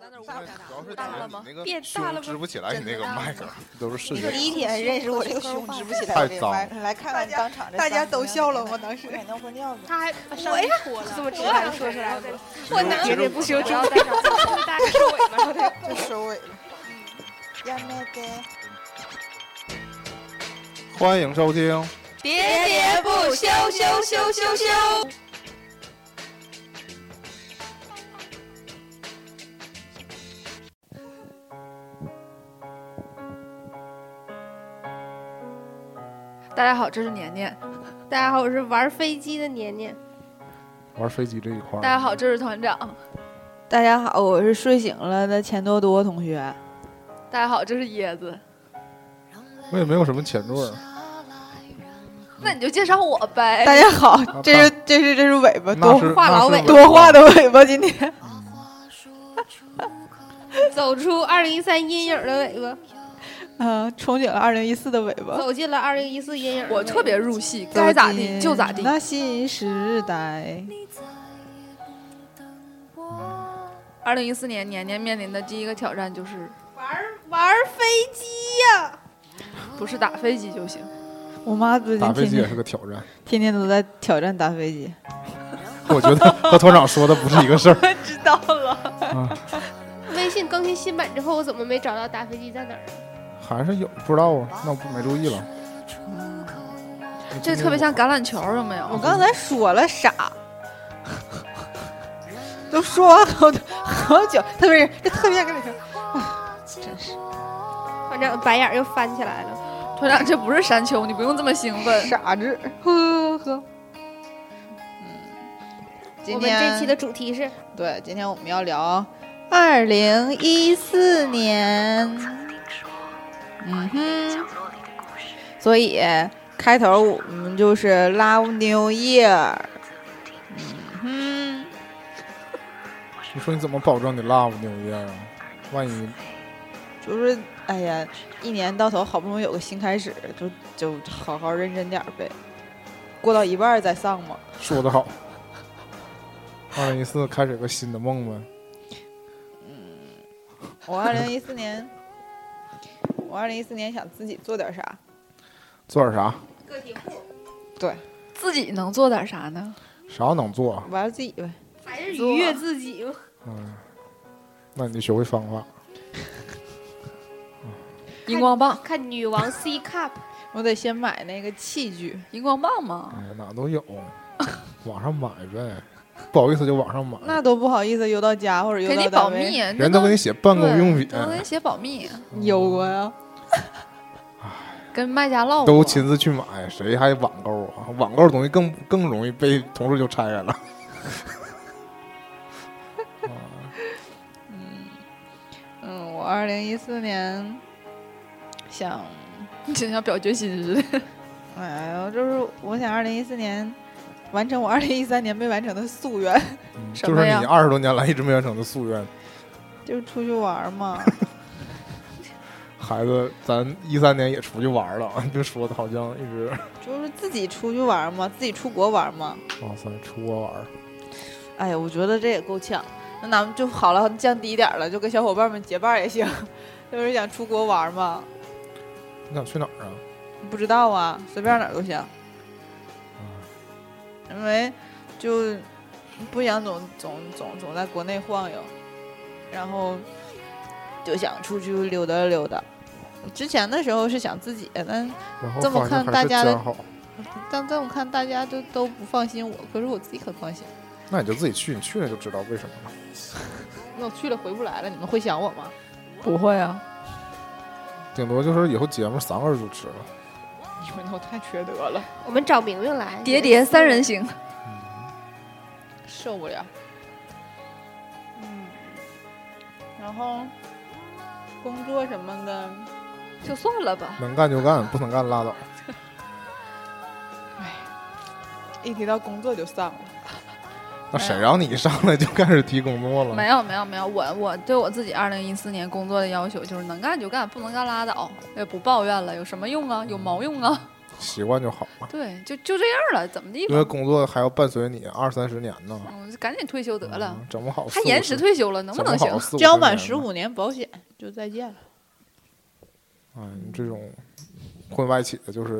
在那儿无大法了打主要是大了哎你吗？那个变胸大了吗 支不起来，你那个麦克 都是视你就觉。理 解认识我这个胸直不起来，我这太个脏歪来看看当场这大家脏都什么样笑的了人我当时我感到会尿了。他还我上衣脱了，这这么么直白地说直白的说出出来来，了我男绝对不羞不要戴上，不是大家收尾嘛，然后他就收尾了。嗯要那个欢迎收听，喋喋不休，休休休休。大家好，这是年年。大家好，我是玩飞机的年年。玩飞机这一块儿。大家好，这是团长。大家好，我是睡醒了的钱多多同哎学。大家好，这是椰子。我也没有什么前缀儿。那你就介绍我呗。大家好，这大是这是这是尾巴，啊那多是话痨那尾是多话的尾巴。今天 走出二零一三阴影的尾 巴，嗯，憧憬了二零一四的尾巴，走进了二零一四阴影。我特别入戏，该咋地就咋地。那新时代，二零一四年年年面临的第一个挑战就是，玩飞机呀、不是打飞机就行。我妈最打近飞天机也天是个挑战。天天都在挑战打飞机。我觉 得和团长说的不是一个事儿。知道了，啊，微信更新新版之后，我怎么没找到打飞机在哪儿？还是有不知道啊，那我不没注意了。这特别像橄榄球，有没我有？刚才说了啥？都说完好好久，特别是这特别跟你说，团长白眼儿又翻起来了。团长，这不是山丘，你不用这么兴奋。傻子，呵呵。嗯，我们这期的主题是对，今天我们要聊二零一四年。嗯哼，所以开头我们就是 Love New Year。嗯你说你怎么保证你 love 纽约啊？万一哼，就是哎呀，一年到头好不容易有个新开始，就就好好认真点儿呗。过到一半儿再上嘛。说得好，二零一四开始个新的梦呗。我二零一四年，我二零一四年想自己做点啥。做点啥？自己能做点啥呢？啥能做啊？完了自己呗，还是愉悦自己吗？嗯，那你得学会方法。荧光棒，看女王 C cup，我得先买那个器具。荧光棒吗？哎，哪都 有，网上买呗。不好意思，就网上买。那都不好意思邮到家或者邮给你到保单位，密，人都给你写办公用啊品，对都给你写保密，邮过呀。跟卖家唠过都亲自去买，谁还网购啊？网购的东西更更容易被同事就拆开了。啊嗯，我二零一四年想，你就像表决心似的。 哎呀，就是我想二零一四年完成我二零一三年没完成的夙愿， 嗯 什就么是呀你二十多年来一直没完成的夙愿。就是出去玩儿嘛。孩子，咱一三年也出去玩了， 就说的好像一直，就是自己出去玩儿嘛，自己出国玩儿嘛。 哇塞，出国玩儿。哎呀，我觉得这也够呛。那咱们就好了，降低一点儿了，就跟小伙伴们结伴儿也行。 就是想出国玩儿嘛，你想去哪儿啊？不知道啊，随便哪儿都行。因为就不想总总总总在国内晃悠，然后就想出去溜达溜达。之前的时候是想自己，但然后这么发现看还大是家家的好，但但我看大家都都不放心我，可是我自己很放心。 那你就自己去，你去了就知道为什么了。那我去了回不来了，你们会想我吗？不会啊，顶多就是以后节目三个人主持了。你们都太缺德了，我们找明明来。叠叠三人行，受不了。嗯，然后工作什么的，就算了吧。能干就干，不能干拉倒。一提到工作就丧了。那谁让你一上来就开始提工作了？哎没有没有没有，我我对我自己二零一四年工作的要求就是能干就干，不能干拉倒，也不抱怨了，有什么用啊？有毛用啊？习惯就好了。对，就就这样了，怎么地因为吧？工作还要伴随你二三十年呢，嗯，赶紧退休得了嗯，，整不好还延迟退休了，能不能行？行交满十，五年保险就再见了。哎，你这种混外企的，就是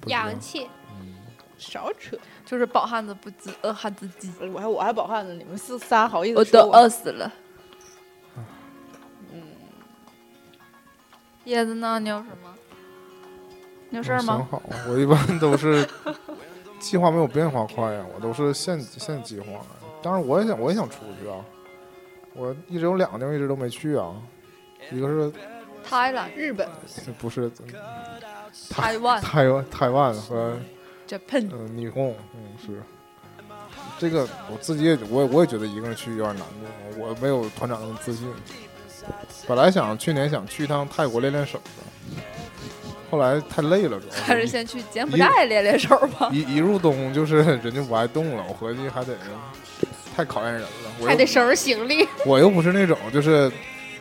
不行洋气，嗯少扯！就是饱汉子不知饿汉子饥，我还我还饱汉子，你们四仨好意我思都说我？饿死了。嗯，嗯椰子呢？你有什么？你有事儿我嗯想吗？好，我一般都是计划没有变化快呀，我都是现现计划。当然，我也想，我也想出去啊。我一直有两个地方一直都没去啊，一个是 泰兰、日本不是台湾、台湾台湾和 Japan，嗯霓虹，嗯是。这个我自己也我也我也觉得一个人去有点难度，我没有团长那么自信。本来想去年想去一趟泰国练练手的，后来太累了，主要还是先去柬埔寨练练手吧。一一入冬就是人就不爱动了，我合计还得太考验人了。我又还得收拾行李。我又不是那种就是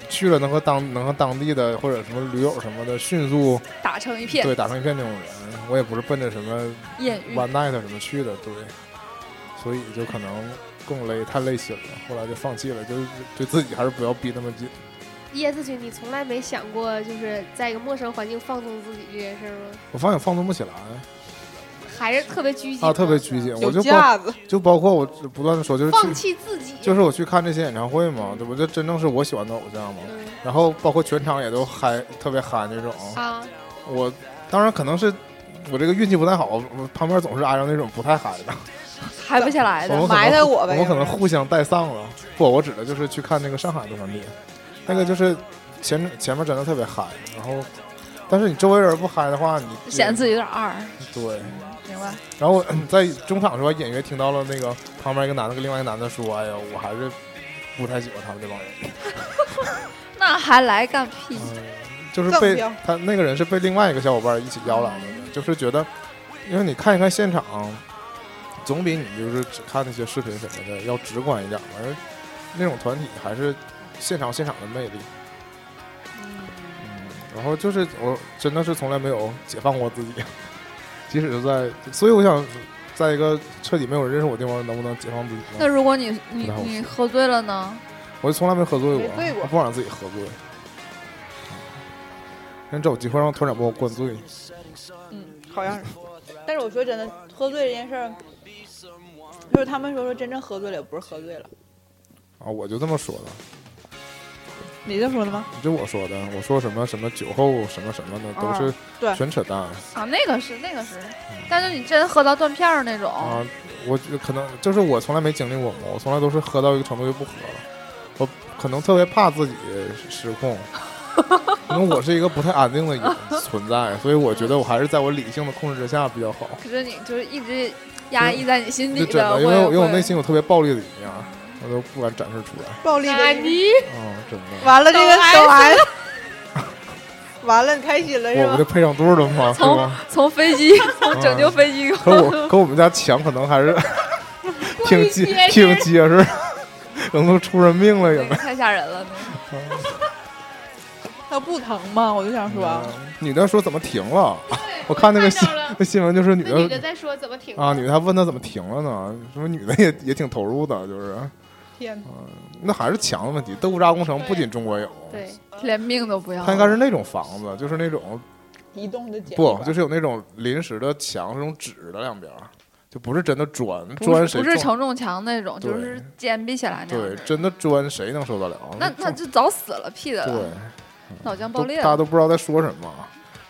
去了能和当能和当地的或者什么驴友什么的迅速打成一片，对打成一片那种人，我也不是奔着什么艳遇 one night 什么去的，对，所以就可能更累，太累心了。后来就放弃了，就是对自己还是不要逼那么紧。椰子君，你从来没想过就是在一个陌生环境放纵自己这件事儿吗？我发现放纵不起来还是特别拘谨啊，特别拘谨。我有就包架子，就包括我不断的说，就是放去弃自己，就是我去看这些演唱会嘛，这不就真正是我喜欢的偶像嘛。嗯然后包括全场也都嗨，特别嗨那种。啊，我当然可能是我这个运气不太好，我旁边总是挨着那种不太嗨的，抬不起来我们的。可能埋汰我呗我们可能互相带丧了。不，我指的就是去看那个上海的场地，那个就是前前面真的特别嗨，然后但是你周围人不嗨的话，你显得自己有点二，嗯对。嗯明白？然后我在中场的时候，隐约听到了那个旁边一个男的跟另外一个男的说：“哎呀，我还是不太喜欢他们这帮人。”那还来干屁？嗯，就是更被彪他那个人是被另外一个小伙伴一起邀来的，就是觉得，因为你看一看现场，总比你就是只看那些视频什么的要直观一点嘛。而那种团体还是现场现场的魅力。嗯，然后就是我真的是从来没有解放过自己，即使是在，所以我想在一个彻底没有人认识我的地方，能不能解放自己那呢？如果你你不太好你喝醉了呢？我就从来没喝醉过，没醉过我不想让自己喝醉。人找机会让团长把我灌醉。嗯，好样的。但是我说真的，喝醉这件事儿，就是他们说说真正喝醉了，也不是喝醉了。啊，我就这么说的，你这么说的吗？就我说的，我说什么什么酒后什么什么的，都是对全扯淡啊，那个是那个是，但是你真喝到断片儿那种，啊！我觉得可能就是我从来没经历过嘛，我从来都是喝到一个程度就不喝了，我可能特别怕自己失控，可能我是一个不太安定的人 存在，所以我觉得我还是在我理性的控制之下比较好。可是你就是一直压抑在你心就底真的，因为会我因为我会内心有特别暴力的一面，啊我都不敢展示出来。暴力啊哎的一面。你嗯，真的，完了，这 个抖 S 抖 S，完了，你开心了是我不吗就？配上对了吗？对从吧？从飞机从拯救飞机啊可 我可我们家墙可能还是挺结挺结实，可能都出人命了也没那个。 太吓人了，那个他不疼吗？我就想说，嗯女的说怎么停了？我看那个新看到了那新闻就是女那女的的在说怎么挺啊，女的还问她怎么停了呢？说女的也也挺投入的，就是天哪，那还是墙的问题。豆腐渣工程不仅中国有，对， 连命都不要。它应该是那种房子，就是那种移动的剪不就是是有那种临时的墙，是用纸的两边儿，就不是真的砖，不砖是谁不是撞承重墙那种，就对是尖逼起来那对样。真的砖谁能受得了？那那就早死了，屁的对了，。脑浆都爆裂大家了。都不知道在说什么。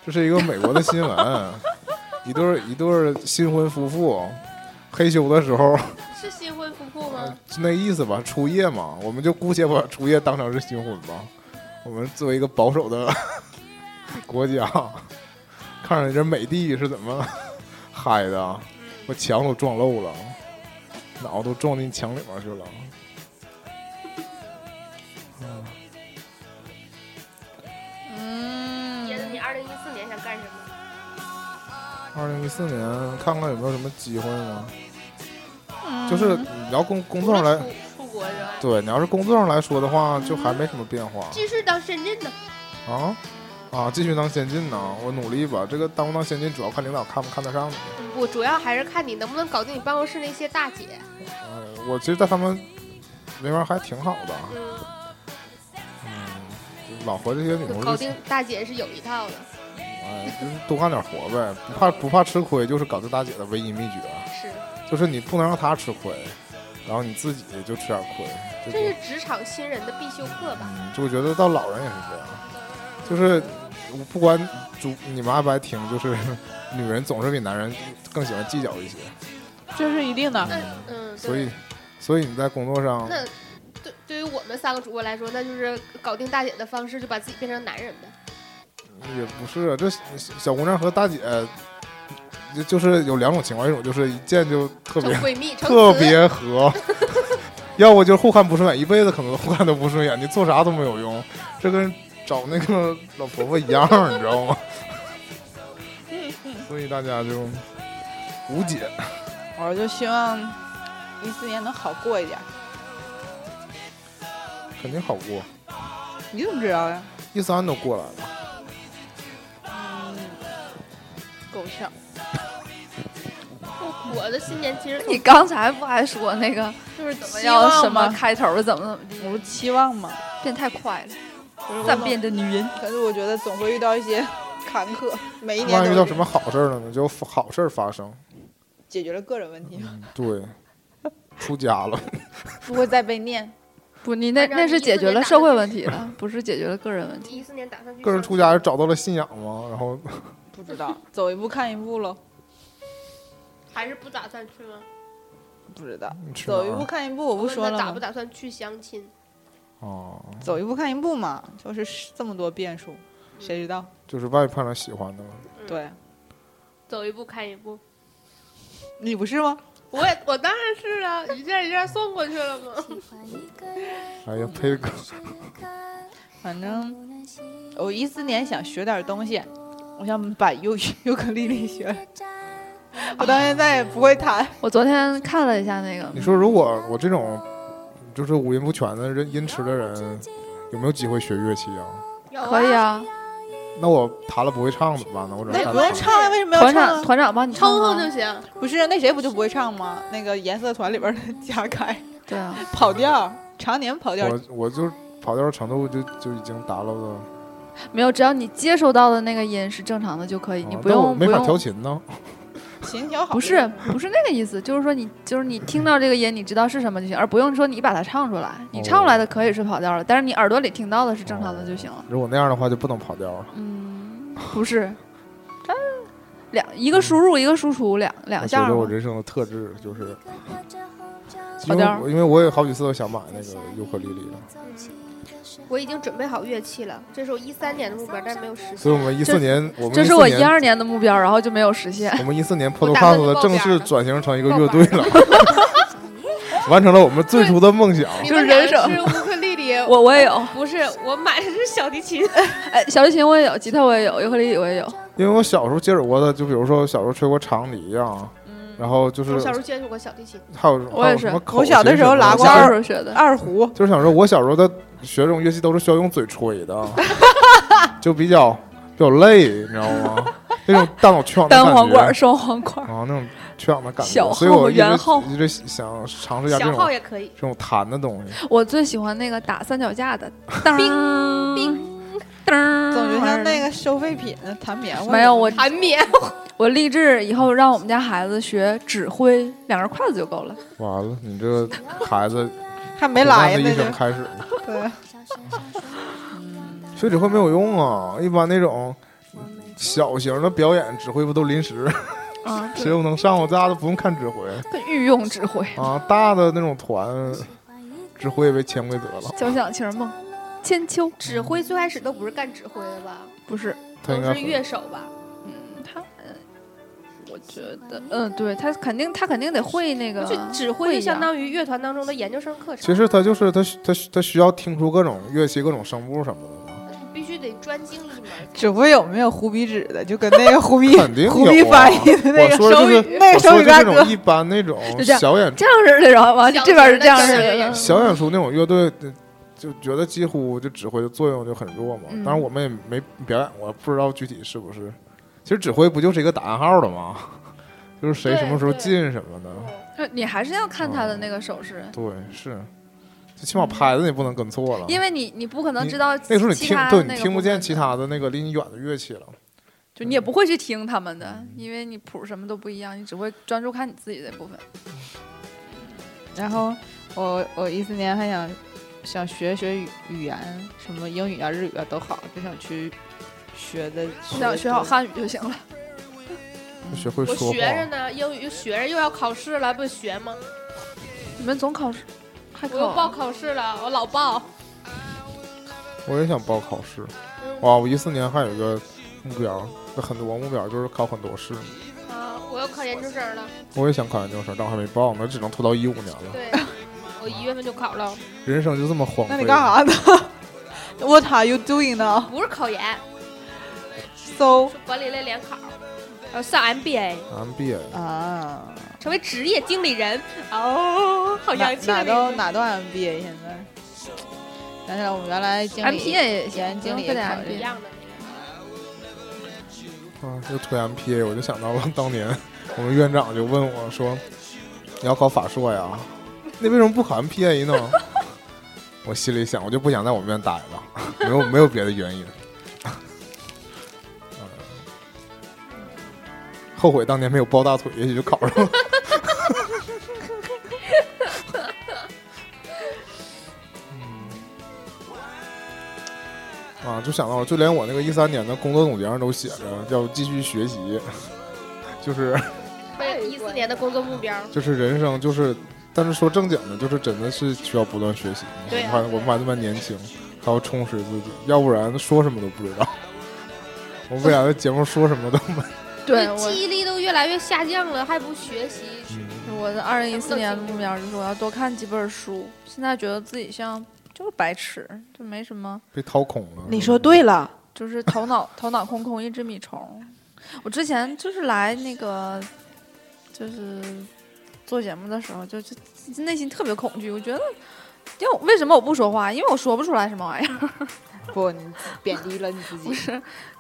这是一个美国的新闻， 一对儿一对儿新婚夫妇嘿咻的时候，是新婚夫妇呃吗？就那意思吧，初夜嘛，我们就姑且把初夜当成是新婚吧。我们作为一个保守的 国家，看着这美帝是怎么 嗨的，我墙都撞漏了，脑都撞进墙里面去了。椰子，嗯，你二零一四年想干什么？二零一四年，看看有没有什么机会呢？嗯就是你要工工作上来，除了出出国之外，对，你要是工作上来说的话，就还没什么变化继续到深圳呢。啊。啊，继续当先进呢，我努力吧。这个当不当先进，主要看领导看不看得上你。不，主要还是看你能不能搞定你办公室那些大姐。嗯，我其实在他们那边还挺好的，嗯，嗯，就老和这些女就同搞事定大姐是有一套的，哎，就是多干点活呗，不怕不怕吃亏，就是搞定大姐的唯一秘诀，是，就是你不能让她吃亏，然后你自己就吃点亏。就这是职场新人的必修课吧？嗯，就我觉得到老人也是这样，就是我不管主你们爱不爱听，就是 女人总是比男人更喜欢计较一些，这是一定的。那嗯，对所以所以你在工作上，那对对于我们三个主播来说，那就是搞定大姐的方式，就把自己变成男人呗。也不是啊，这小小姑娘和大姐，就就是有两种情况，一种就是一见就特成别闺蜜，成特雌别合， 要不就是互看不顺眼，一辈子可能互看都不顺眼，你做啥都没有用，这跟找那个老婆婆一样，你知道吗？所以大家就无解，我就希望一四年能好过一点。肯定好过，你怎么知道的？一三都过来了，嗯，够呛。我的新年其实你刚才不还说那个就是怎怎么要什么开头怎么怎么地，我期望嘛。变太快了，就是我善变的女人。可是我觉得总会遇到一些 坎坷，每一年万一都遇到是什么好事儿了呢，就有好事儿发生，嗯解决了个人问题，对，出家了，不会再被念。不，你那按照那是你解自己决了打社的会那问题了，不是解决了个人问题。一四年打算去个人上出家是找到了信仰嘛，然后不知道，走一步看一步喽。还是不打算去吗？不知道，去哪走一儿步看一步，我不问说他了打吗不打算去相亲？哦，走一步看一步嘛，就是这么多变数，谁知道？就是万一碰上喜欢的了，嗯，对走一步看一步。你不是吗？我也我当然是啊，一件一件送过去了嘛。哎呀，呸哥，反正我一四年想学点东西，我想把尤 尤克里 里学了，我到现在也不会弹。我昨天看了一下那个你，说如果我这种就是五音不全的人，音痴的人，有没有机会学乐器啊？有可以，啊，那我弹了不会唱怎么办呢？我只那能你单不用弹。唱了，为什么要团唱长啊？团长帮你唱称吗哼就行。不是那谁不就不会唱吗？那个颜色团里边的 加凯对啊，跑调，常年跑调。我我就跑调程度就就已经达到了，没有，只要你接收到的那个音是正常的就可以，啊你不但我用没不法调用。琴呢。琴调好不是不是那个意思，就是说你就是你听到这个音，你知道是什么就行，而不用说你把它唱出来。你唱出来的哦可以是跑调了，但是你耳朵里听到的是正常的就行了。如果那样的话就不能跑调了。嗯，不是，这两一个输入一个输出，两两我下觉儿得我嘛。人生的特质就是，跑因为调我因为我有好几次都想买那个尤克里里了，我已经准备好乐器了，这是我一三年的目标，但是没有实所以。现我们一四年我们这是14我年一二年的目标，然后就没有实 现。我们一四年 p o 我 d 打 c a s 算就的报正班式了转型成一个报乐班队 了，完成了我们最初的梦想。你就们是人俩生是乌克丽丽，我我也有，不是我买的是小 提琴。哎，小提琴我也有，吉他我也有，尤克里里我也有。因为我小时候接触过的，就比如说我小时候吹过长笛啊，然后就是我小时候接触过小提琴，还有我还也有是什么口我小的琴时候什么拉的过小二时候学的，二胡，就是想说，我小时候的学这种乐器都是需要用嘴吹的，就比较比较累，你知道吗？那种大脑缺氧的单感簧管、觉，双簧管。啊，那种缺氧的感小觉，所以我一直号圆号一直想尝试一下这小种号也可以。这种弹的东西。我最喜欢那个打三脚架 的，噔冰噔，总觉得像那个收废品弹棉花。嗯没有我缠绵，我立志以后让我们家孩子学指挥，两根筷子就够了。完了，你这个孩子还没来苦难的呢一生就。开始，对，学指挥没有用啊！一般那种小型的表演指挥不都临时， 啊，谁又能上？我家都不用看指挥对御用指挥，啊，大的那种团 指挥也被潜规则了，交响情人梦，千秋指挥最开始都不是干指挥的吧？不是，他应都该是乐手吧？嗯，他，呃我觉得，嗯，对他肯定，他肯定得会那个就指挥就一样相当于乐团当中的研究生课程，嗯其实他就是他他他需要听出各种乐器、各种声部什么的嘛，必须得专精一门。指挥有没有胡逼纸的？就跟那个 胡 逼肯定有啊胡逼翻译的那我个说的就手是语，那个我说手就语大这种哥。一般那种就这样小演这样式的，然后完小这边型是这样式的小型的的，小演出那种乐队，就觉得几乎就指挥的作用就很弱嘛。嗯当然我们也没表演过，不知道具体是不是。其实指挥不就是一个打暗号的吗？ 就是谁对什么时候对进什么的。就你还是要看他的那个手势，对，是，最起码拍子你不能跟错了。因为你你不可能知道那哦时候你其听，他对那你个听不部分见其的，他的那个离你远的乐器了。就你也不会去听他们的，因为你谱什么都不一样，你只会专注看你自己的部分。然后我我一四年还想想学学语语言，什么英语啊、日语啊都好，就想去学的。想学好汉语就行了。学会我说学着话，呢，英语又学着又要考试了，不学吗？你们总考试，还我又考报考试了，我老报。我也想报考试。嗯哇，我一四年还有一个目标，那很多目标就是考很多试。啊，我要考研究生了。 我也想考研究生，但我还没报呢，只能拖到一五年了。对，我一月份就考了，人生就这么荒废。那你干？啥呢 ？What are you doing 呢不是考研， ？So 是管理类联考，然后哦上 MBA， MBA 啊，成为职业经理人。哦，好哪洋气的哪名字都哪都 MBA 现在。想起来我们原来经理 MPA 也行经理不用非得也考 MPA 虑一样的。啊，又推 MPA，我就想到了当年我们院长就问我说：“你要考法硕呀？那为什么不考 MPA 呢？”我心里想，我就不想在我们院待了，没有没有别的原因。嗯后悔当年没有抱大腿，也许就考上了。啊，就想到了，就连我那个一三年的工作总结上都写着要继续学习，就是为一四年的工作目标，就是人生就是，但是说正经的，就是真的是需要不断学习。对啊我们还我们还这么年轻，还要充实自己，要不然说什么都不 知道。我未来的节目说什么都没。对这我记忆力都越来越下降了，还不学习，我的二零一四年的目标就是我要多看几本书。现在觉得自己像就是白痴，就没什么，被掏空了。你说对了，就是头脑头脑空空，一只米虫。我之前就是来那个，就是做节目的时候，就就内心特别恐惧。我觉得，因为我为什么我不说话？因为我说不出来什么玩意儿。不，你贬低了你自己。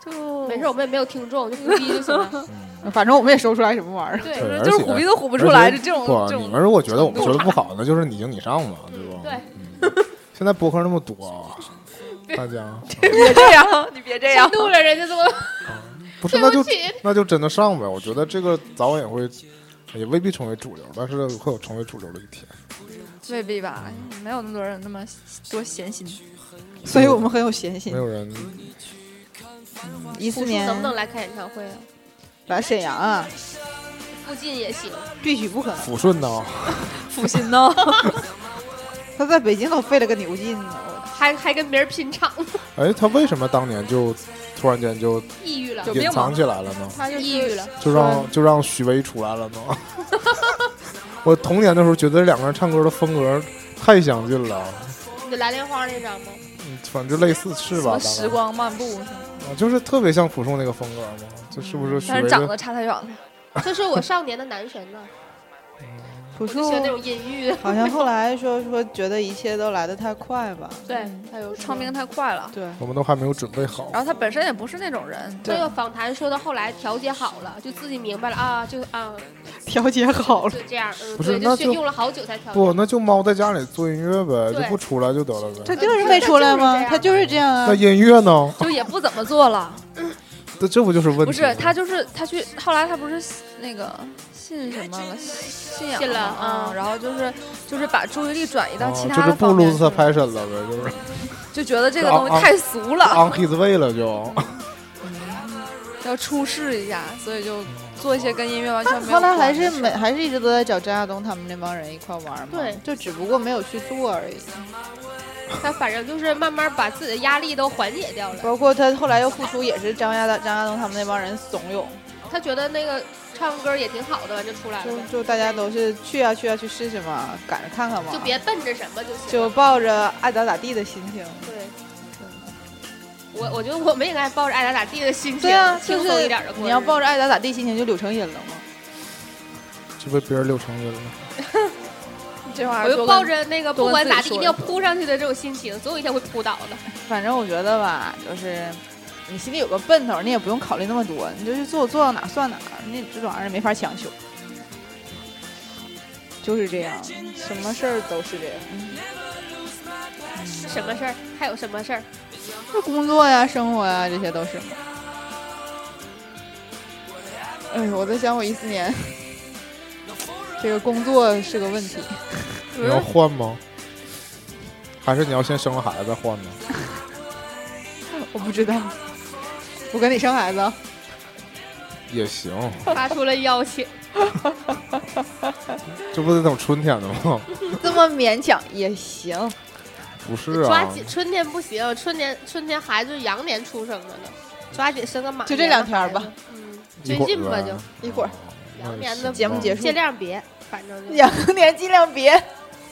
就没事，我们也没有听众，就胡逼就行了。反正我们也说不出来什么玩意儿。对对，就是而且虎逼都虎不出来，而就且这种不，啊这你种们如果觉得我们说的不好，那就是你行你上嘛，对吧？对嗯。现在播客那么多啊，大家别这样，你别这样激。怒了人家都，不是对那不 就起。那就真的上呗。我觉得这个早晚也会，也未必成为主流，但是会有成为主流的一天。未必吧，嗯没有那么多人那么多闲心。所以我们很有闲没心。有 人一朴四树年能不能来开演唱会啊？来沈阳啊？附近也行，必须不可能。抚顺呐，负心呢？他在北京都费了个牛 劲呢。还还跟别人拼场，哎，他为什么当年就突然间就抑郁了，有病隐吗藏起来了呢？他抑郁了。就让就让许巍出来了呢？ 我童年的时候觉得这两个人唱歌的风格太相近了，你的蓝莲花那张吗？嗯反正就类似是什吧？么大概时光漫步，啊就是特别像朴树那个风格嘛，这是不是许但巍是长的？得差太远了。这是我少年的男神呢，朴我就树喜欢那种阴郁的。好像后来说说觉得一切都来得太快吧？对，还有成名太快了，对，我们都还没有准备好然。后他本身也不是那种人，那个访谈说到后来调节好了，就自己明白了啊，就啊调节好了。就这样，嗯，不是对，那学就用了好久才调节。不，那就猫在家里做音乐呗，对就不出来就得了呗 他。就是没出来吗？他他就是这样那啊。音乐呢？就也不怎么做了。这这不就是问题吗？不是他就是他去后来他不是那个信什么了，信仰信了啊，嗯然后就是就是把注意力转移到啊其就他是啊的不方面 lose，passion 了呗，就是就觉得这个东西太俗了， on his way 了就。 要出世一下，所以就做一些跟音乐完全没有啊后来关还系的是事没，还是一直都在找张亚东他们那帮人一块玩嘛。对就只不过没有去做而已。他反正就是慢慢把自己的压力都缓解掉了。包括他后来又复出，也是张亚东、张亚东他们那帮人怂恿，他觉得那个唱歌也挺好的，完就出来就了，就大家都是去啊去啊去试试嘛，赶着看看嘛。就别奔着什么就行。就抱着爱咋咋地的心情。对。我我觉得我们应该抱着爱咋咋地的心情，对啊，就轻松是一点的过日子。你要抱着爱咋咋地心情，就柳成荫了嘛。就被别人柳成荫了。这玩我意儿就多抱跟着那个多跟不管自咋己地说一定一要说扑上去的这种心情，总有一天会扑倒的。反正我觉得吧，就是你心里有个奔头，你也不用考虑那么多，你就去做，做到哪算哪儿。那这种玩意儿没法强求，就是这样，什么事儿都是这样。什么事儿？还有什么 事儿？这工作呀、生活呀，这些都是嘛。哎呦，我在想我一四年，这个工作是个问题。你嗯要换吗？还是你要先生个孩子换呢？我不知道，我跟你生孩子，也行，发出了邀请。这不得等春天的吗？这么勉强也行。不是抓啊，紧，春天不行，春天春天孩子羊年出生的呢，抓紧生个马。就这两天儿吧，嗯，一最会儿近吧就一会儿那也羊年的行节目结束尽量别，反正就羊年尽量别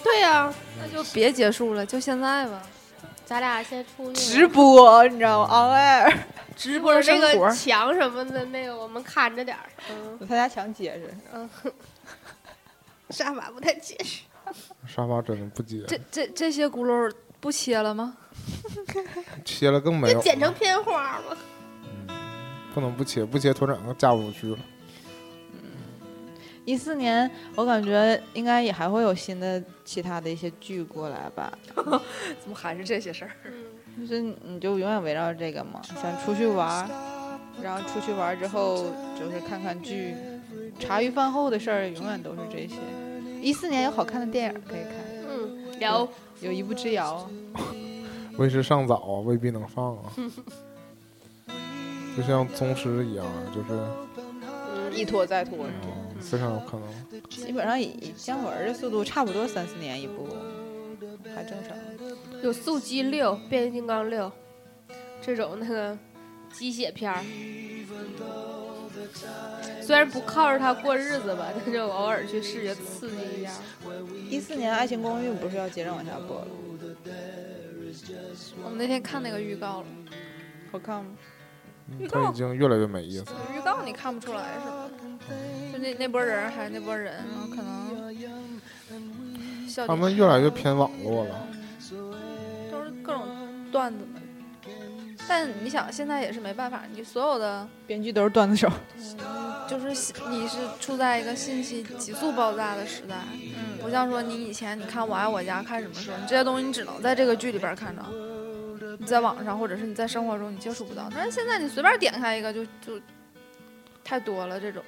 对呀，那就别结束了，就现在吧。咱俩先出去直播，你知道吗？On air，直播那生活个墙什么的，那个我们看着点儿。 嗯他家强结实。嗯，沙发不太结实。沙发真的不接，这这这些轱辘不切了吗？切了更没有就了，剪成片花嘛。不能不切，不切团长架不出去了。一四年，我感觉应该也还会有新的其他的一些剧过来吧。 怎么还是这些事儿？嗯，就是你就永远围绕着这个嘛，想出去玩儿，然后出去玩儿之后就是看看剧，茶余饭后的事儿永远都是这些。一四年有好看的电影可以看，嗯，聊有一步之遥，为时尚早啊，未必能上 啊。就像宗师一样，啊就是、一拖再拖，嗯、非常有可能。基本上以姜文儿的速度差不多三四年一部，还正常。有速激六、变形金刚六这种那个鸡血片儿。虽然不靠着它过日子吧，但是我偶尔去视觉刺激一下。嗯一四年《爱情公寓》不是要接着往下播了，我们那天看那个预告了，好看吗？嗯预他告已经越来越没意思。预告你看不出来是吧？就那那波人还是那波人，然后可能小他们越来越偏网络了，都是各种段子嘛。但你想，现在也是没办法，你所有的编剧都是段子手，就是信你是处在一个信息急速爆炸的时代，嗯，不像说你以前你看《我爱我家》看什么时候，你这些东西你只能在这个剧里边看着，你在网上或者是你在生活中你接触不到。但是现在你随便点开一个就就太多了这种，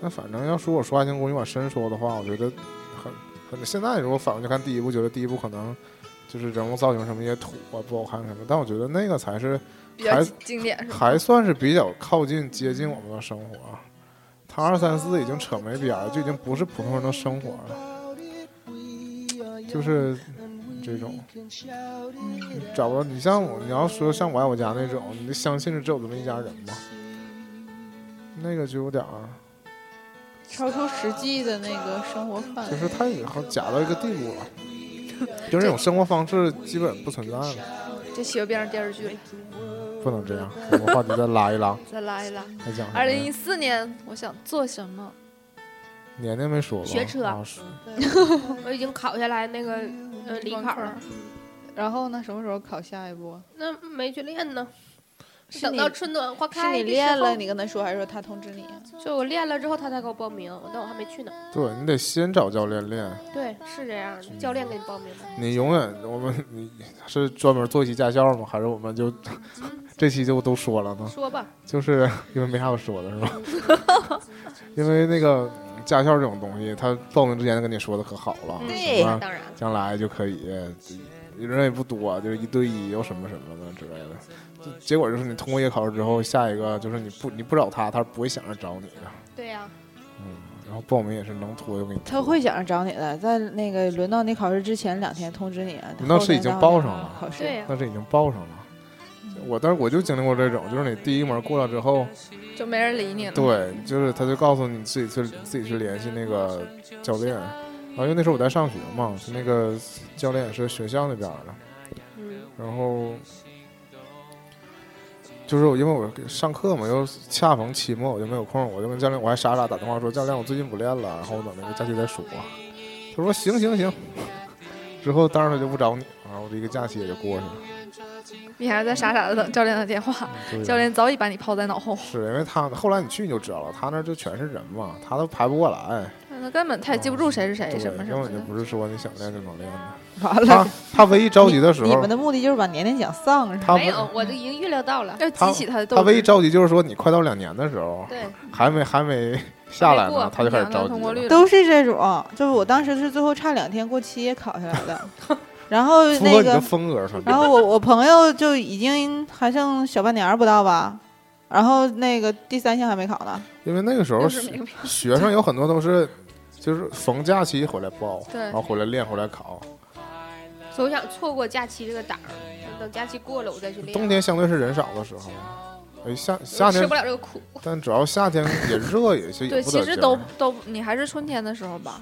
那反正要说我说《爱情公寓》往深说的话，我觉得很很。现在如果反过去看第一部，觉得第一部可能就是人物造型什么也土啊，不好看什么。但我觉得那个才是比较还经经典是吧？还算是比较靠近接近我们的生活。他二三四已经扯没边儿，就已经不是普通人的生活了，就是这种。找不到你像我，你要说像我爱我家那种，你就相信是只有这么一家人吗？那个就有点儿，超出实际的那个生活范就围。是太好假到一个地步了，就是这种生活方式基本不存在了，这喜剧变成电视剧了，不能这样。我们话题再拉一拉，再拉一拉。还讲什么二零呀一？四年，我想做什么？年年没说吧？学车啊是我已经考下来那个呃理考了，然后呢，什么时候考下一步？那没去练呢。是等你到春暖花是开，你练了，，你跟他说，还是说他通知你啊？就我练了之后他才给我报名，但我还没去呢。对你得先找教练练，对，是这样的，教练给你报名的。你永远我们你是专门做一期驾校吗？还是我们就 这期就都说了呢？说吧，就是因为没啥可说的是吧？ 因为那个驾校这种东西，他报名之前就跟你说的可好了，对什么嗯当然了，将来就可以人也不多，就是一对一又什么什么的之类的。就结果就是你通过一个考试之后，下一个就是你不你不找他，他是不会想着找你的。对呀、嗯，然后报名也是能拖就给你拖。他会想着找你的，在那个轮到你考试之前两天通知你。啊那是已经报上了考试对呀、但是已经报上了。我但是我就经历过这种，就是你第一门过了之后，就没人理你了。对，就是他就告诉你自己去自己去联系那个教练，然后因为那时候我在上学嘛，他那个教练也是学校那边儿的，嗯，然后就是我因为我上课嘛，又恰逢期末，我就没有空，我就跟教练，我还傻傻打电话说教练，我最近不练了，然后我等那个假期再说。他他说行行 行，之后当然他就不找你，然后这个假期也就过去了。你还是在傻傻的等教练的电话，对教练早已把你抛在脑后，是因为他后来你去你就知道了，他那儿就全是人嘛，他都排不过来，他根本他也记不住谁是谁对，哎什么什根么本就的。不是说你想练就能练 的。完了他，他唯一着急的时你候们，的目的就是把年龄讲丧是吧？他没有唯，我都已经预料 到了。要激起他的斗他唯一志。着急就是说你快到两年的时候，对，还没还没下来没过呢，他就开始两着个急通过了。率了都是这种，就是我当时是最后差两天过期也考下来 的，然后符合那你的个，风格是然吧？后我我朋友就已经还剩小半年儿不到吧，然后那个第三项还没考呢，因为那个时候就是没学有学生有很多都是，就是逢假期回来报，对然后回来练回来考。所以我想错过假期这个档儿，等假期过了我再去练。冬天相对是人少的时候，哦哎夏我夏吃天不，了这个苦，但主要夏天也热也是也对，不其得实劲都儿。都，你还是春天的时候吧，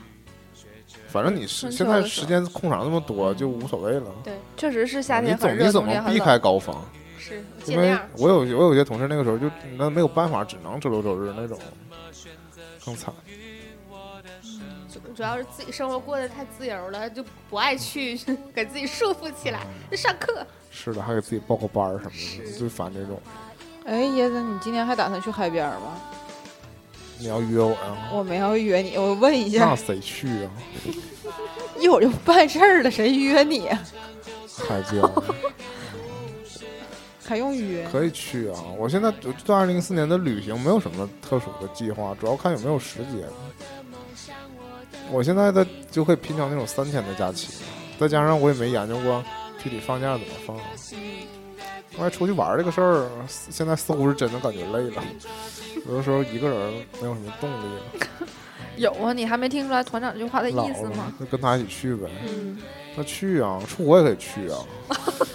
反正你是春现秋在的时时候间空场那么多，就无所谓了。确实是夏你天总很你热，怎冬么天很避冷。开高峰？是尽因为量。我有我有些同事那个时候就那没有办法，只能周六周日那种，更惨。主主要是自己生活过得太自由了，就不爱去 给自己束缚起来。就上课，嗯是的，还给自己报个班儿什么的，是最烦这种。哎，椰子，你今年还打算去海边儿吗？你要约我呀？我没有约你，我问一那下，谁去啊？一会儿就办事儿了，谁约你啊？海边 儿还用约？可以去啊！我现在就对二零一四年的旅行没有什么特殊的计划，主要看有没有时间。我现在的就会拼成那种三天的假期，再加上我也没研究过具体放假怎么放。另外，出去玩儿这个事儿，现在似乎是真的感觉累了，有的时候一个人没有什么动力了。有啊，你还没听出来团长这句话的老意思了吗？，那跟他一起去呗。嗯，那去啊，出国也可以去 啊，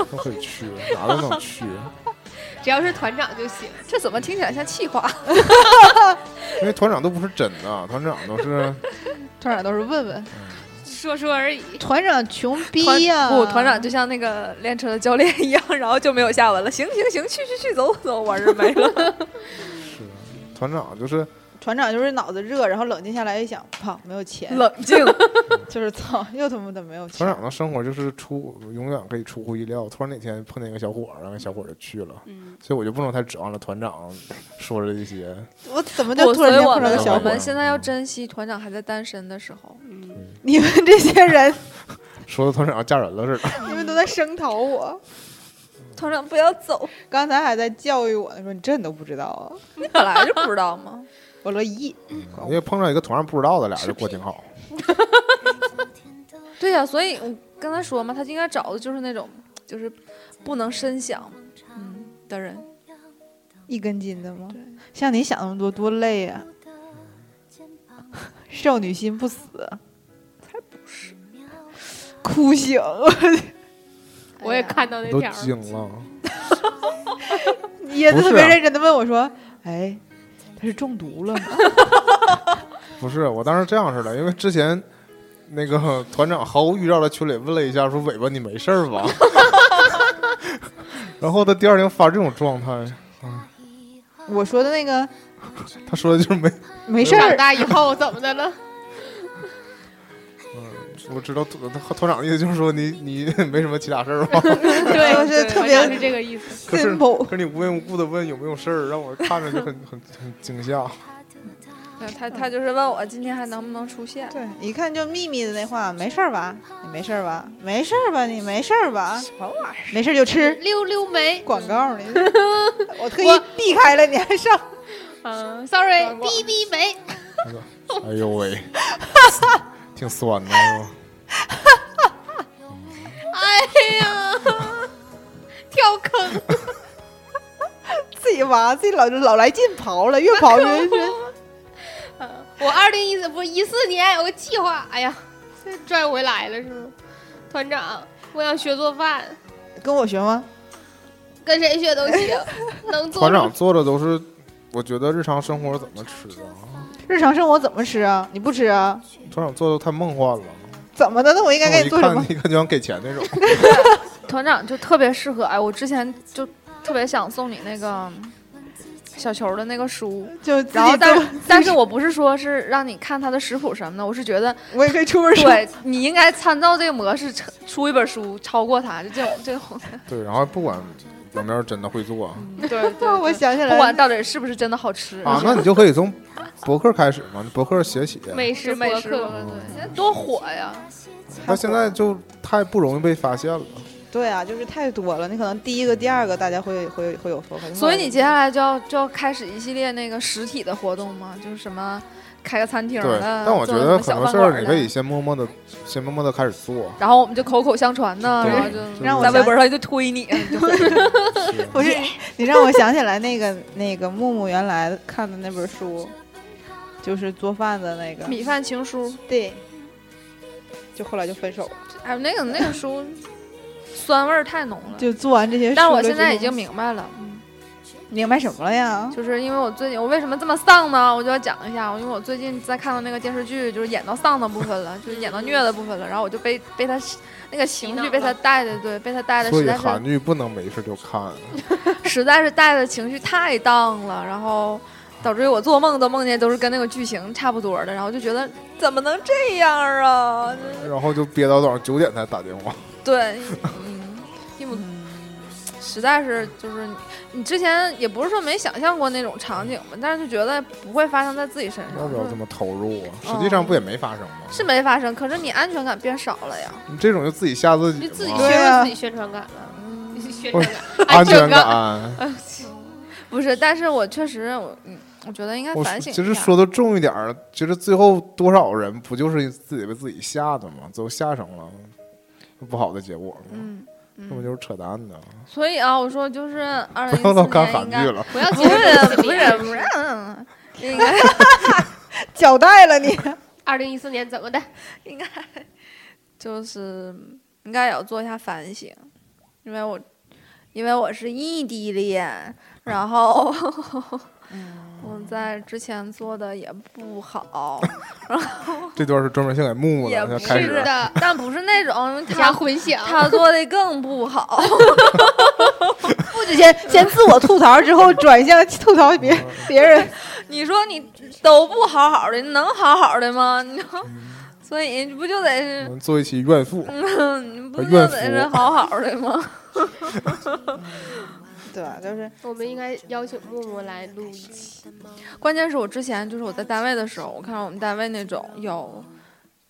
都可以去，哪都能去。只要是团长就行。这怎么听起来像气话？因为团长都不是真的，团长都是团长都是问问，说说而已。团长穷逼团呀、不，团长就像那个练车的教练一样，然后就没有下文了。行行行，去去去，走走，完事儿没 了。是团长就是船长就是脑子热，然后冷静下来一想，操，没有钱，冷静，就是操，又他妈的没有钱团。长的生活就是出永远可以出乎意料，突然哪天碰见一个小伙儿，然后小伙儿就去了，嗯，所以我就不能太指望了团长说了这些。我怎么就我突所然以间我碰着们个我小伙们儿？现在要珍惜团长还在单身的时候。嗯你们这些人，说的团长要嫁人了似的，你们都在声讨我。团长不要 走，刚才还在教育我呢，说你这你都不知道啊！你本来就不知道吗？我乐意，因为碰上一个同样不知道的，俩人就过挺好。对呀、所以我刚才说嘛，他应该找的就是那种就是不能深想嗯的 人。一根筋的吗？像你想那么多，多累呀、少女心不死，嗯才不是，哭 醒！我也看到那都条儿，惊了，椰不是子特别啊认真的问我说：“哎，他是中毒了吗？”不是我当时这样似的，因为之前。那个 团长毫无预兆的群里问了一下，说：“尾巴，你没事儿吧？” 然后他第二天发这种状态， 我说的那个他说的就是没没事长儿，大以后怎么 的了？我知道团团长的意思就是说你你没什么其他事儿吧？对，就是对特团别长是这个意思。可是 simple 可是你无缘无故的问有没有事儿，让我看着就很很很惊吓。对他他就是问我今天还能不能出现。对，一看就秘密的那话，没事儿吧？你没事儿吧？没事儿吧？你没事儿吧？什么玩意儿？没事儿就吃溜溜梅，广告 呢。我特我意避开了，你还上？嗯，sorry，哔哔梅， 哎呦喂，挺酸的。哎 呀，跳坑，自己挖，自己老老来劲刨了，越刨越深。 我二零一四不是一四年有个计划，哎呀，这拽回来了是吗？团长，我想学做饭，跟我学吗？跟谁学都行，能做团出长做的都是，我觉得日常生活怎么吃啊？日常生活怎么吃啊？你不吃啊？团长做的太梦幻了，怎么的？那我应该让我给一你做什看么？一看就想给钱 那种。团长就特别适合哎，我之前就特别想送你那个小球的那个书，就自然后己但 做但是我不是说是让你看他的食谱什么的，我是觉 得我也可以出本书， 对你应该参照这个模式成出一本书超过他，就这种这种，对，然后不管有没有真的会做啊，嗯对对我想起来 不管到底是不是真的好吃，啊那你就可以从博客开始嘛，博客写起。美是食美博食客，嗯博客，对，现在多火呀！那现在就太不容易被发现了。对啊，就是太多了。你可能第一个、第二个大家会会会有说法，嗯所以你接下来就要就要开始一系列那个实体的活动吗？就是什么开个餐厅对，的，但我觉做个得什很多么小事饭馆儿你的可以，先默默的，先默默的开始做。然后我们就口口相传呢，对嗯然后就就是啊让我在微想博上就推 你，你就火是不是 你让我想起来那个那个木木原来看的那本书，就是做饭的那个，米饭情书，对，就后来就分手了，哎，那个那个书酸味儿太浓了。就做完这些书了之但后。我现在已经明白了，明白什么了呀？就是因为我最近我为什么这么丧呢？我就要讲一下，因为我最近在看到那个电视剧，就是演到丧的部分了，就是演到虐的部分了，然后我就被被他那个情绪被他带的，对，被他带的所实以在是韩剧不能没事就看，啊实在是带的情绪太荡了，然后导致于我做梦都梦见都是跟那个剧情差不多的，然后就觉得怎么能这样啊？ 然后就憋到早上九点才打电话。对， 嗯，因为实在是就是你，你之前也不是说没想象过那种场景吧，但是就觉得不会发生在自己身要上不要，是这么投入啊？实际上不也没发生吗？嗯是没发生，可是你安全感变少了呀。你这种就自己吓自己就自己嘛对削啊弱自己宣传感了，宣传感，安全全感。不是，但是我确实我嗯，我觉得应该我反省一下。其实说的重一点儿，其实最后多少人不就是自己被自己吓的吗？最后吓成了不好的结果吗？嗯，那不就是扯淡呢？所以啊，我说就是二零一 不要四老看年韩应剧该了，不要不接是受不不是是不不是是。，应 该交代了你，二零一四年怎么的？应该就是应该也要做一下反省，因为我因为我是异地恋，然后嗯 我在之前做的也不好，这段是专门献给木木也的，不现在开是始的，但不是那种因为加他混响，他做的更不好， 不止先先自我吐槽，之后转向吐槽别哦别人，你说你都不好好的，你能好好的吗？你说，所以不就我得是，们做一期怨妇。嗯，你不呃就怨得妇是好好的吗？对吧？就是我们应该邀请木木来录一期。关键是我之前就是我在单位的时候，我看我们单位那种有，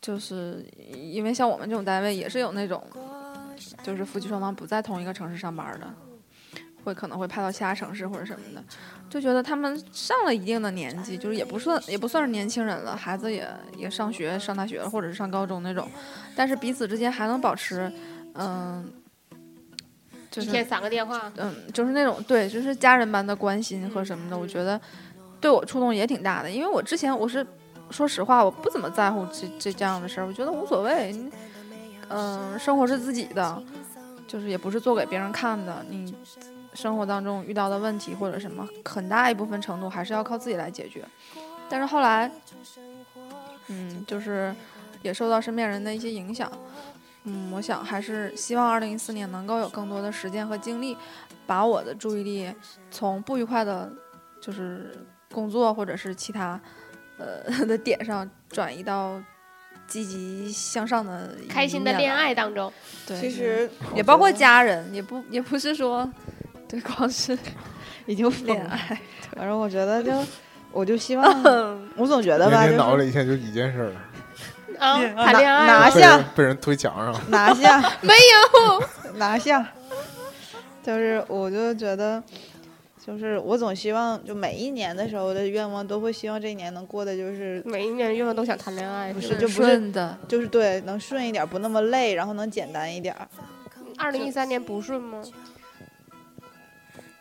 就是因为像我们这种单位也是有那种，就是夫妻双方不在同一个城市上班的，会可能会派到其他城市或者什么的，就觉得他们上了一定的年纪，就是也不算也不算是年轻人了，孩子也也上学上大学或者是上高中那种，但是彼此之间还能保持，嗯、就一是天三个电话，嗯，就是那种对，就是家人般的关心和什么的，我觉得对我触动也挺大的。因为我之前我是说实话，我不怎么在乎这这这样的事儿，我觉得无所谓。你嗯、生活是自己的，就是也不是做给别人看的。你生活当中遇到的问题或者什么，很大一部分程度还是要靠自己来解决。但是后来，嗯，就是也受到身边人的一些影响。嗯，我想还是希望二零一四年能够有更多的时间和精力，把我的注意力从不愉快的，就是工作或者是其他，呃 的点上转移到积极向上的一开心的面恋来，爱当中，对，其实也包括家人，也不也不是说，对， 光是已经疯恋了。爱，反正我觉得就， 我就希望，嗯我总觉得天吧，天脑子就是里一天就一件事儿，啊，拿谈恋爱嗯拿哎被下人被人推墙上。拿下，没有拿下，就是我就觉得，就是我总希望，就每一年的时候的愿望都会希望这一年能过得就是每一年愿望都想谈恋爱，不是是就不是顺的，就是对能顺一点，不那么累，然后能简单一点儿。二零一三年不顺吗？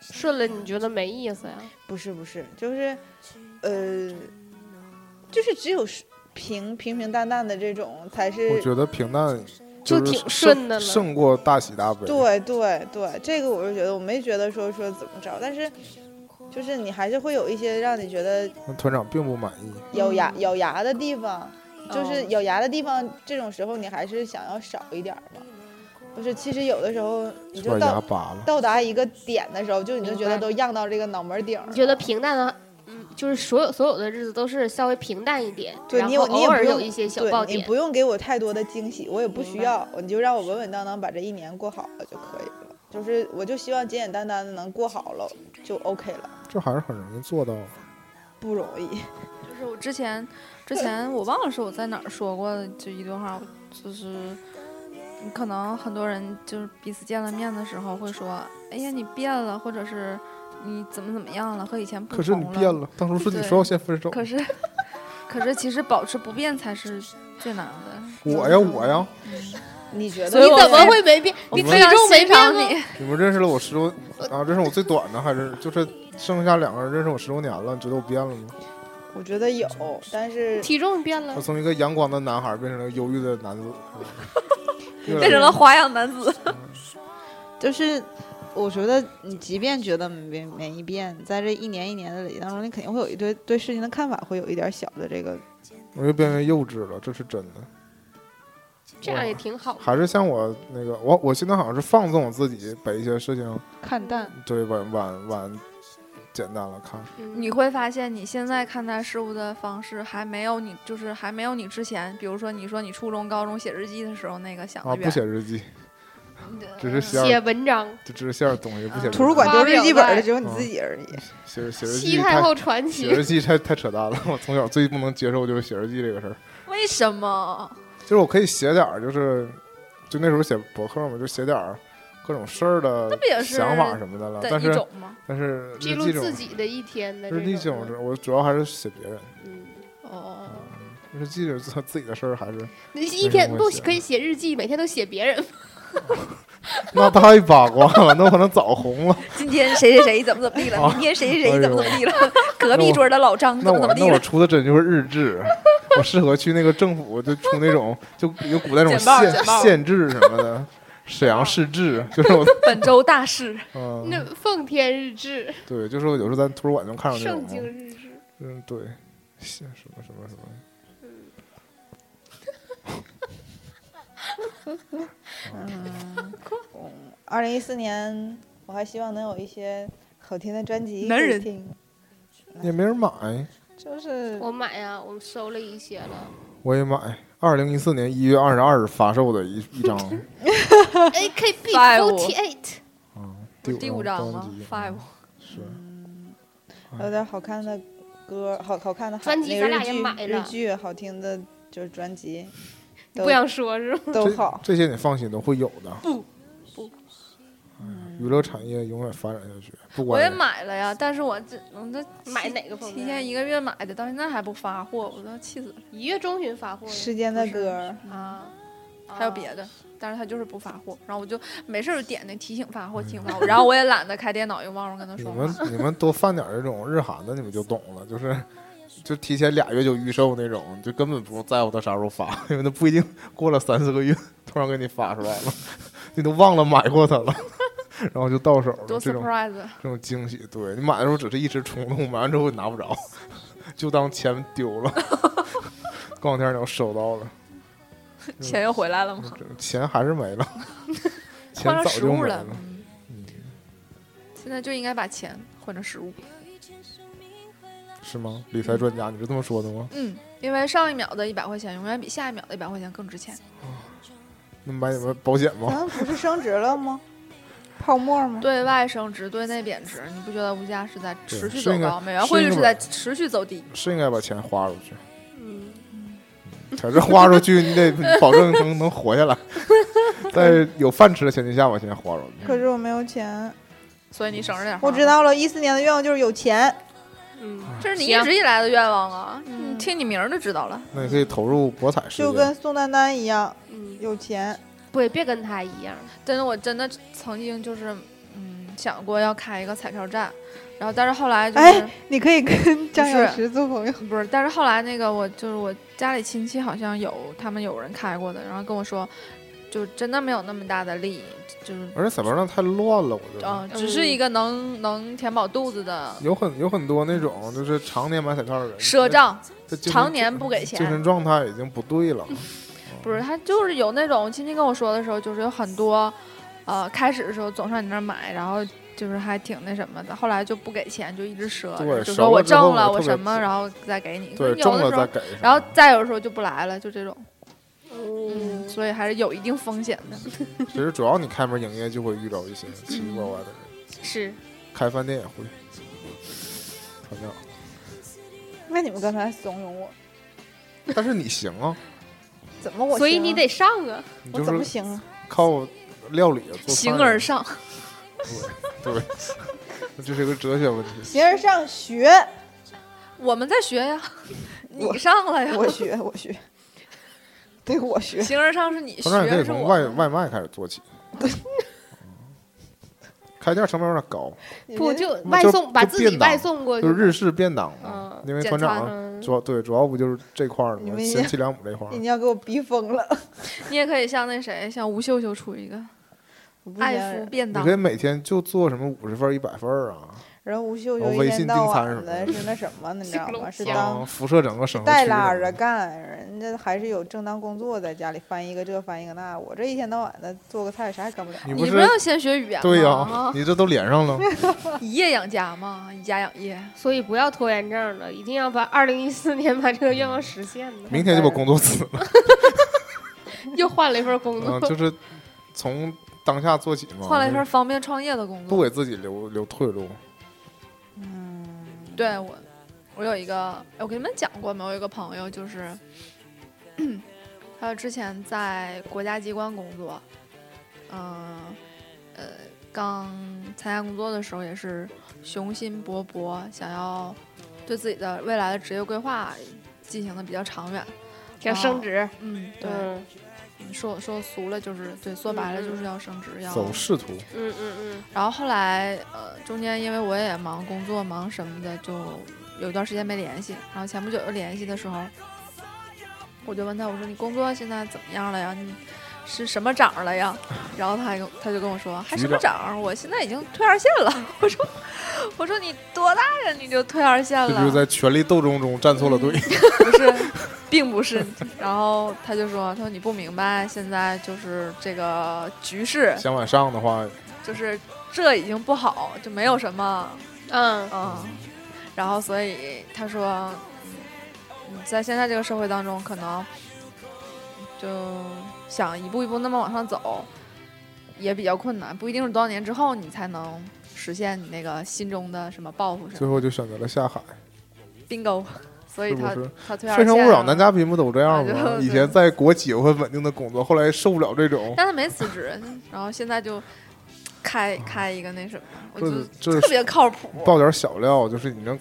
顺了你觉得没意思呀？不是不是，就是，呃，就是只有是平平平淡淡的这种才我是觉得平淡就是挺胜顺的了胜过大喜大悲。对对对，这个我是觉得我没觉得说说怎么着，但是就是你还是会有一些让你觉得那团长并不满意，咬牙、咬牙的地方，就哦是咬牙的地方，这种时候你还是想要少一点儿吧。不是，其实有的时候你把就牙到拔了。到达一个点的时候，就你就觉明白得都漾到这个脑门顶儿了。你觉得平淡的，嗯，就是所有所有的日子都是稍微平淡一点，对然你后有你也偶尔不有用一些小对爆你点不。用给我太多的惊喜，我也不明需白要，你就让我稳稳当当把这一年过好了就可以了。就是我就希望简简单单的能过好了就 OK 了，这还是很容易做到。啊不容易。就是我之前，之前我忘了是我在哪儿说过的就一段话，就是可能很多人就是彼此见了面的时候会说，哎呀你变了，或者是你怎么怎么样了，和以前不同可是你变了。了，当初是你对说要先分手。可是，可是其实保持不变才是最难的。我呀我呀，你觉所得以你我怎么非会没变？我你们体重没欣赏变吗？你，你们认识了我十多啊，这是我最短的，还是就是剩下两个人认识我十多年了？你觉得我变了吗？我觉得有，但是体重变了我，从一个阳光的男孩变成了忧郁的男子，是吧变成了花样男子。就是我觉得你即便觉得没没变，在这一年一年的累积当中，你肯定会有一对对事情的看法会有一点小的这个我就变为幼稚了，这是真的。这样也 挺好。还是像我那个，我我现在好像是放纵我自己，把一些事情看淡。嗯对往往往简单了看。嗯你会发现，你现在看待事物的方式还没有你，就是还没有你之前，比如说你说你初中、高中写日记的时候那个想啊，的不远。写日记，只是写写点，文章，就只是写点东西，不写日记。图书馆发丢日表记本在的只有你自己而已。写写日西记太太后传写奇日记太太扯淡了。我从小最不能接受就是写日记这个事儿，为什么？就是我可以写点儿，就是就那时候写博客嘛，就写点儿各种事儿的不也是想法什么的了。啊的但一是种吗？但是日记记录这种自己的一天的日记这种事，，种我主要还是写别人。嗯，哦，日记是自自己的事儿，还是你一天没什么不写可以写日记，每天都写别人吗，那太八卦了，那我可能早红了。 今天谁谁谁怎么怎么地了？啊明天谁谁谁怎么怎么地了？隔壁桌的老 张那怎么怎我么那地我了？出的真就是日志，我适合去那个政府就出那种就有古代那种简报县简报县志什么的，沈阳市志，就是我 本周大事，嗯， 那奉天日志、对，就是有时候咱图书馆能看到那种圣嘛经日志，嗯，对，写什么什么什么，嗯，二零一四年我还希望能有一些好听的专辑男可以人听，也没人买，就是我买呀，我收了一些了。我也买。二零一四年一月二十二日发售的一一 张 AKB forty eight，嗯 第五章专吗辑？Five，是还有点好看的歌，好好看的好专辑那个日咱俩也剧买日了剧好听的就是专辑，都不想说是吗？都好。这这些你放心，都会有的。不不哎呀，娱乐产业永远发展下去，不我也管买了呀，但是我这我这买哪 个方提面前？一个月买的，到现在还不发货，我都气死了。一月中旬发货的时间的歌，啊，还有别的，但是他就是不发货，然后我就没事儿就点那提醒发货，提 醒发货，然后我也懒得开电脑，又忘了跟他你说们话。你们多犯点这种日韩的，你们就懂了，就是就提前俩月就预售那种，就根本不在乎他啥时候发，因为他不一定过了三四个月突然给你发出来了，你都忘了买过它了，然后就到手了。多这种 surprise！啊这种惊喜，对你买的时候只是一时冲动，买完之后你拿不着，就当钱丢 了。过两天你要收到了，嗯钱又回来了吗？这钱还是 没了，钱换成早食就物没了了。嗯现在就应该把钱换成食物。是吗？理财专家，你是这么说的吗？嗯，因为上一秒的一百块钱永远比下一秒的一百块钱更值钱。那买什么保险吗？咱们不是升值了 吗？泡沫吗？对外升值，对内贬值，你不觉得物价是在持续是走应该高，美元是汇应率该是吧在持续走低？是应该把钱花出去，嗯，可是花出去你得保证能能活 下来，在有饭吃的前提下把钱花出去。可是我没有钱。所以你省着点。我知，道了，一四年的愿望就是有钱。嗯，这是你行一直以来的愿望啊！嗯你听你名儿就知道了。那你可以投入博彩事就业，跟宋丹丹一样嗯，有钱。不也别跟他一样，真的，我真的曾经就是，嗯，想过要开一个彩票站，然后但是后来就是、哎你可以跟张是小石做朋友。不是，但是后来那个我就是我家里亲戚好像有他们有人开过的，然后跟我说，就真的没有那么大的利益，就是而且彩票站太乱了，我觉嗯、得。只是一个能能填饱肚子的有很有很多那种就是常年买彩票的人，赊账，他精神常年不给精钱。 神状态已经不对了。不是，他就是有那种亲戚跟我说的时候，就是有很多，呃，开始的时候总上你那儿买，然后就是还挺那什么的，后来就不给钱，就一直赊对着，就熟说了之挣后了我我特别什么，不然后再给你。对，中有了的时候再，给上。然后再有时候就不来了，就这种，嗯，嗯，所以还是有一定风险嗯的。其实主要你开门营业就会遇到一嗯些奇奇怪怪的人，是开饭店也会。团长，那你们刚才怂恿我，但是你行啊，怎么我、所以你，得上啊，你我怎么就是行啊？靠料理啊做饭形的而上，对， 这是个哲学问题。别人上学，我们在学 呀，你我上了哎呀，我学，我学，对，我学。形而上是你团长，你可以学是从我外们，外卖开始做起。开店成本有点高，不就那外就送，把就自己便当外送过就，去是日式便当嘛。哦嗯因为简团长餐嗯，主要对主要不就是这块儿你吗？们贤妻良母这块儿你，要给我逼疯了！你也可以像那谁，像吴秀秀出一个我不爱想夫便你当可以，每天就做什么五十份儿、一百份儿啊，人吴秀然秀后一微天信到订餐晚什的么的是那什么，你知道吗？是这啊，当辐射整个省。带拉着干，人家还是有正当工作，在家里翻译个这翻译个那。我这一天到晚的做个菜，啥也干不了。你你不不是要先学语言对呀、吗？ 你这都连上了。以业养家嘛，以家养业。所以不要拖延症了，一定要把二零一四年把这个愿望实现了。明天就把工作辞了， 又换了一份工 嗯，作，就是从当下做起嘛。换了一份方便创业的工不作。给自己留留退路。对我，我有一个，哎我跟你们讲过吗？我有一个朋友，就是， 他之前在国家机关工作，嗯、呃，刚参加工作的时候也是雄心勃勃，想要对自己的未来的职业规划进行的比较长远。想升职，嗯，对，嗯说说俗了就是，对，说白了嗯嗯就是要升职，要走仕途，嗯嗯然后后来呃，中间因为我也忙工作忙什么的，就有一段时间没联系。然后前不久又联系的时候，我就问他，我说你工作现在怎么样了呀？你是什么长了呀？然后他还跟他就跟我说，还局什么长？我现在已经退二线了。 我说我说你多大呀？你就退二线这了？就是在权力斗争中站错了队。不是，并不是。 然后他就说：“他说你不明白，现在就是这个局势， 想往上的话，就是这已经不好，就没有什么嗯嗯。然后所以他说，嗯在现在这个社会当中，可能就想一步一步那么往上走，也比较困难，不一定是多少年之后你才能实现你那个心中的什么抱负什最么后就选择了下海。 bingo。”所以是不他是他退《二非线啊诚勿扰》了男嘉宾不都这样啊吗？就 以前在国企有份稳定的工作，后来受不了这种，但他没辞职，然后现在就开嗯开一个那什么，我这就这特别靠谱。爆点小料，就是你那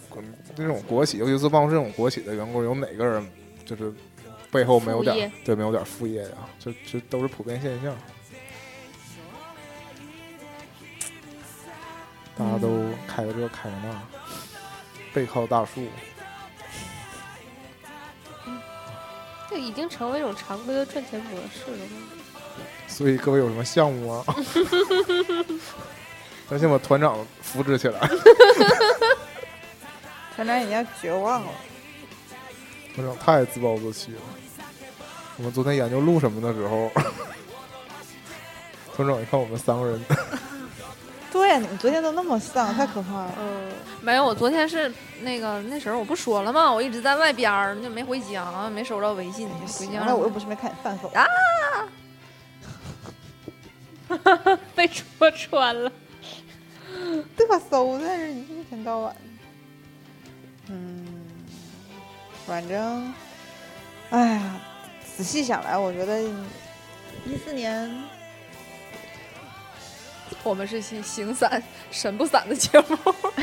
那种国企，尤其是办公室这种国企的员工，有哪个人就是背后没有副点业对没有点副业呀、这这都是普遍现象。大家都嗯开个这开个那，背靠大树，这已经成为一种常规的赚钱模式了。所以各位有什么项目啊？咱先把团长扶植起来。团长已经绝望了，团长太自暴自弃了。我们昨天研究录什么的时候， 团长一看我们三个人，嗯对呀，你们昨天都那么丧，太可怕了。嗯，没有，我昨天是那个那时候我不说了吗？我一直在外边儿，就没回家，没收到微信，回行家了，我又不是没看你饭否。被戳穿了。嘚瑟，但是一天到晚。嗯，反正，哎呀，仔细想来，我觉得一四年我们是行行散神不散的节目，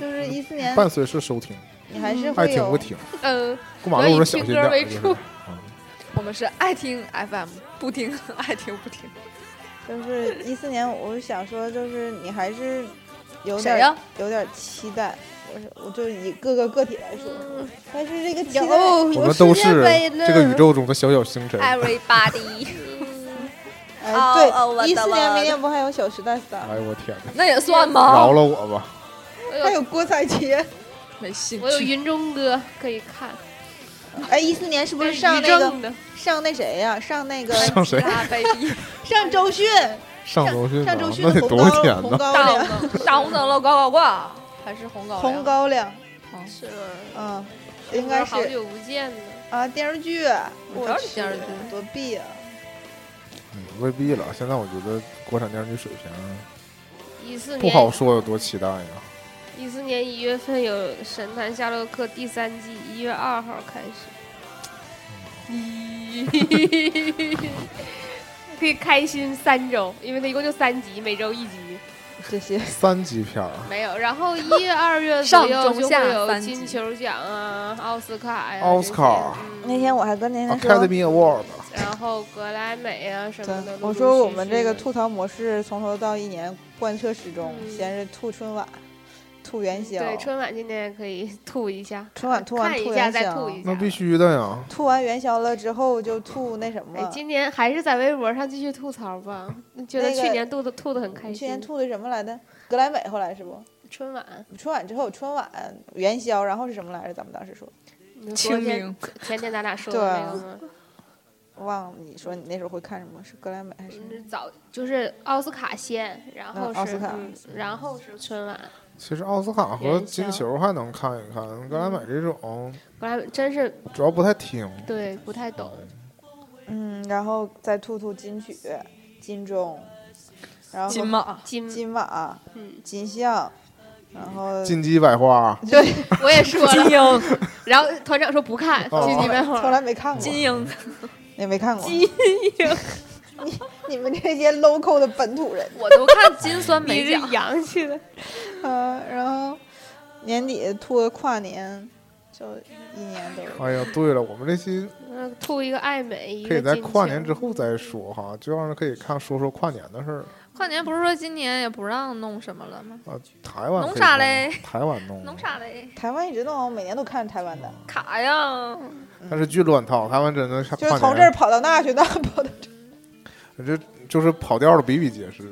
就是一四年，伴随式收听，你还是爱会听不有听，嗯，过马路文时以小心听点歌儿。为就是主嗯我们是爱听 FM，不听 爱听不听。就是一四年，我想说，就是你还是有谁点、呀有点期待。我是我就以各个个体来说，但是这个期待，有我们都是这个宇宙中的小小星辰。哎， Everybody，哎，哦哦我对，一的四年我的明年不还有《小时代三》，哎我天哪， 那也饶算吗？了我吧！我还哎有有郭采洁，没兴我有趣。云中歌可以看，哎，一四年是不是上于那个正的上那谁呀、上那个上谁？啊，baby，上周迅，哎上周迅吗上周？迅那的得红多少高钱红呢？高当粱，当当 当了高高挂，还是红高红粱高粱，是嗯，应该好是久不见呢，啊电视剧，我我知道去是电视剧多逼啊！嗯未必了。现在我觉得国产电视剧水平一四不好年说有多期待呀。一四年一月份有《神探夏洛克》第三季，一月二号开始。 可以开心三周，因为它一共就三集，每周一集。这些三级片儿，没有，然后一月、二月左上右中就下会有三集金球奖啊、奥斯卡呀、奥斯卡这些那天我还跟那天说， Academy Award 嗯然后格莱美啊什么哎对的。陆我陆说续我们这续个的吐槽模式从头到一年贯彻始终，嗯先是吐春晚，吐元宵，对春晚今天可以吐一下，哦 春 晚吐完看吐一下元再宵，吐一下。那必。须的呀。吐完元宵了之后就吐那什哎，么，今年还是在微博上继续吐槽吧，觉得那个去年吐的吐的很开去嗯年心。吐的什么来着？格莱美后来是不？春晚，春晚之后，春晚元宵，然后是什么来着？咱们当时说，你昨清天明前天咱俩说的那个吗？啊我忘了你说你那时候会看什么？是格莱美还是？嗯早就是奥斯卡先，然后嗯奥是斯卡嗯然后是春晚。其实奥斯卡和金球还能看一看，格莱美这种格莱美真是主要不太听。对不太懂，嗯，然后再吐吐金曲、金钟，然后金 马，金金马、嗯，金像，然后金鸡百花，对我也说金了。鹰， 然后团长说不看，哦去你们会从儿。来没看过，金鹰，也没看过。金你们这些 local 的本土人， 我都看金酸逼梅着奖。洋气的，啊，然后年底拖跨年，就一年都哎呀，对了，我们这期嗯，吐一个爱美，一可个以在金跨球年之后再说哈，就让人可以看说说跨年的事儿跨年不是说今年也不让弄什么了吗？啊。台湾弄可以啥弄嘞？台湾弄啊弄啥嘞？台湾一直弄，我每年都看台湾的，卡呀！但是巨乱套，台湾真的就是跨从这儿年跑到那儿去，那儿跑到这儿。这就是跑调的比比皆是。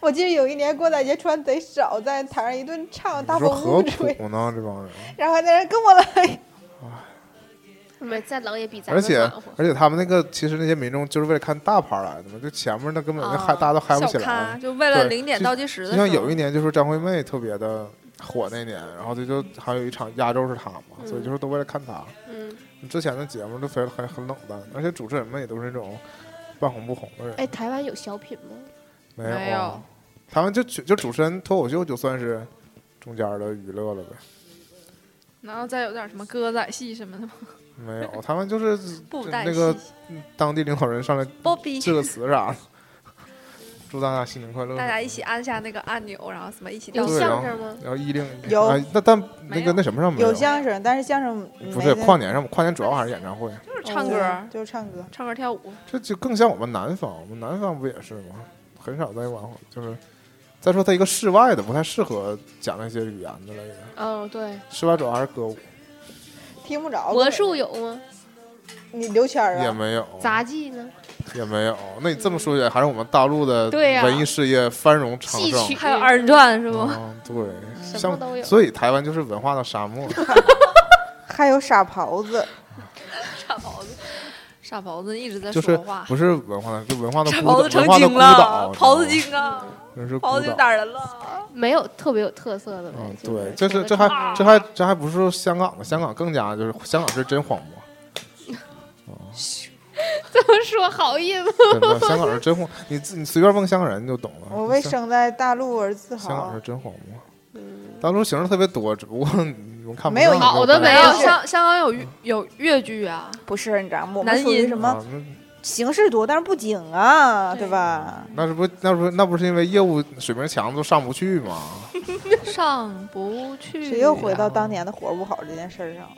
我记得有一年过大节穿贼少，在台上一顿唱大你说风何不吹，苦呢？这帮人，然后还在那儿跟我来，没再冷也比咱而们且暖和。而且他们那个其实那些民众就是为了看大牌来的嘛，就前面那根本那嗨大家都嗨不啊小起来咖，。就为了对零点就倒计时的就时候，像有一年就是张惠妹特别的火那年，然后这就还有一场压轴是她嘛，所以就是都为了看她。嗯，之前的节目都非很很冷淡，而且主持人们也都是那种半红不红的人，哎，台湾有小品吗？没有，没有他们就就就主持人脱口秀就算是中间的娱乐了呗。然后再有点什么歌仔戏什么的吗，没有，他们就是 布袋戏、那个当地领导人上 来 Bobby，致个词啥的， 祝大家新年快乐。大家一起按下那个按钮，然后什么一起倒有数对相啊声吗？然后一零有哎那但那没个有那什么上没有相声，但是相声没不是在跨年上，跨年主要还是演唱会。就是唱嗯歌、就是唱歌。哦唱歌跳舞。这就更像我们南方，我们南方不也是吗？很少在往就是，再说它一个室外的，不太适合讲那些语言之类的。哦，对，室外主要还是歌舞，听不着魔术有吗？你刘谦儿也啊，没有，杂技呢？也没有。那你这么说起来，还是我们大陆的对呀文艺事业繁荣昌戏盛曲。还有二人转是不？嗯，对，什么都有像所以台湾就是文化的沙漠，还有傻狍子，啊傻狍子，傻狍子一直在就是说话。不是文化的，就文化的傻孤狍岛，子成文化的精孤了岛，， 狍子你知精道啊，吗，真是狍孤子精岛。打人了。没有特别有特色的呗嗯，。就对，这除是了这还唱这还这还不是说香港的，香港更加就是香港是真荒漠，这么 说好意思？ 真的，香港是真荒，你自你随便问香港人就懂了。我为香生在大陆而自香港豪是。真荒漠？大陆形式特别多，只不过你们看不嗯没有上好就的不没知有道有香香港有粤有粤剧啊，不是，你知道吗？我们男属于音什么啊那形式多，但是不精啊，对对吧？那是不那不那不是因为业务水平强都上不去吗？上不去。啊这又啊回到当年的活儿不好这件事儿上了。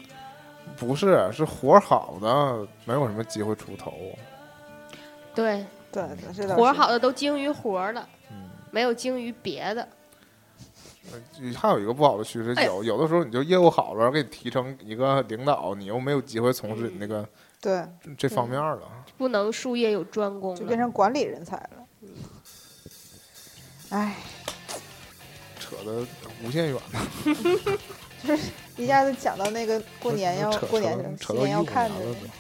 不是，是活儿好的没有什么机会出头。对，对，对这倒活儿是好的都精于活儿了，嗯，没有精于别的。呃还有一个不好的趋势，哎有有的时候你就业务好了，然后给你提成一个领导，你又没有机会从事你那个对，这嗯方面了。不能术业有专攻就变了，成管理人才了。哎，扯的无限远了，一下子讲到那个过年要 扯过年去了，扯新到年一要五看的年那了个。都，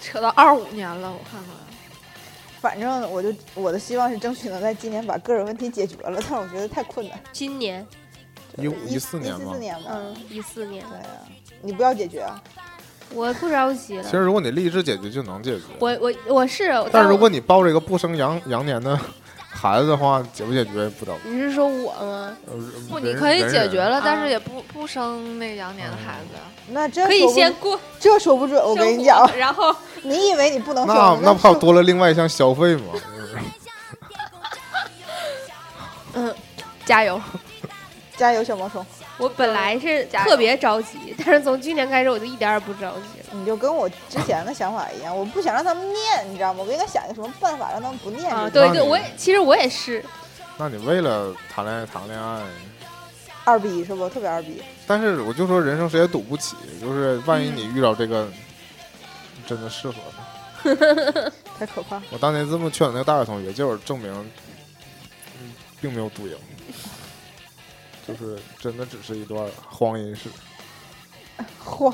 扯到二五年了，我看看，反正我就我的希望是争取能在今年把个人问题解决了，但我觉得太困难。今年，一五一四年一嘛四。年嘛嗯，，一 四年，对啊，你不要解决啊，我不着急其实了。如果你励志解决就能解决，我我我是，但是如我果你抱着一个不生羊羊年的孩子的话，解不解决不知道。你是说我吗？呃不，你可以解决。了，啊呃但是也不不生那羊年的孩哦子，那这可以说不先过这说不准，我跟你生讲活，，然后你以为你不能生那，那不还说有多了另外一项消费吗？嗯，加油，加油，小毛虫，我本来是 加油特别着急，但是从今年开始我就一点儿也不着急了。你就跟我之前的想法一样，我不想让他们念，你知道吗？我应该想一个什么办法让他们不念。啊，这个对那对，你我也其实我也是，那你为了谈恋爱谈恋爱，二逼是不？特别二逼。但是我就说人生谁也赌不起，就是万一你遇到这个真的适合的。太可怕！我当年这么劝我那个大学同学，结果证明，嗯，并没有赌赢，就是真的只是一段荒淫史。 慌，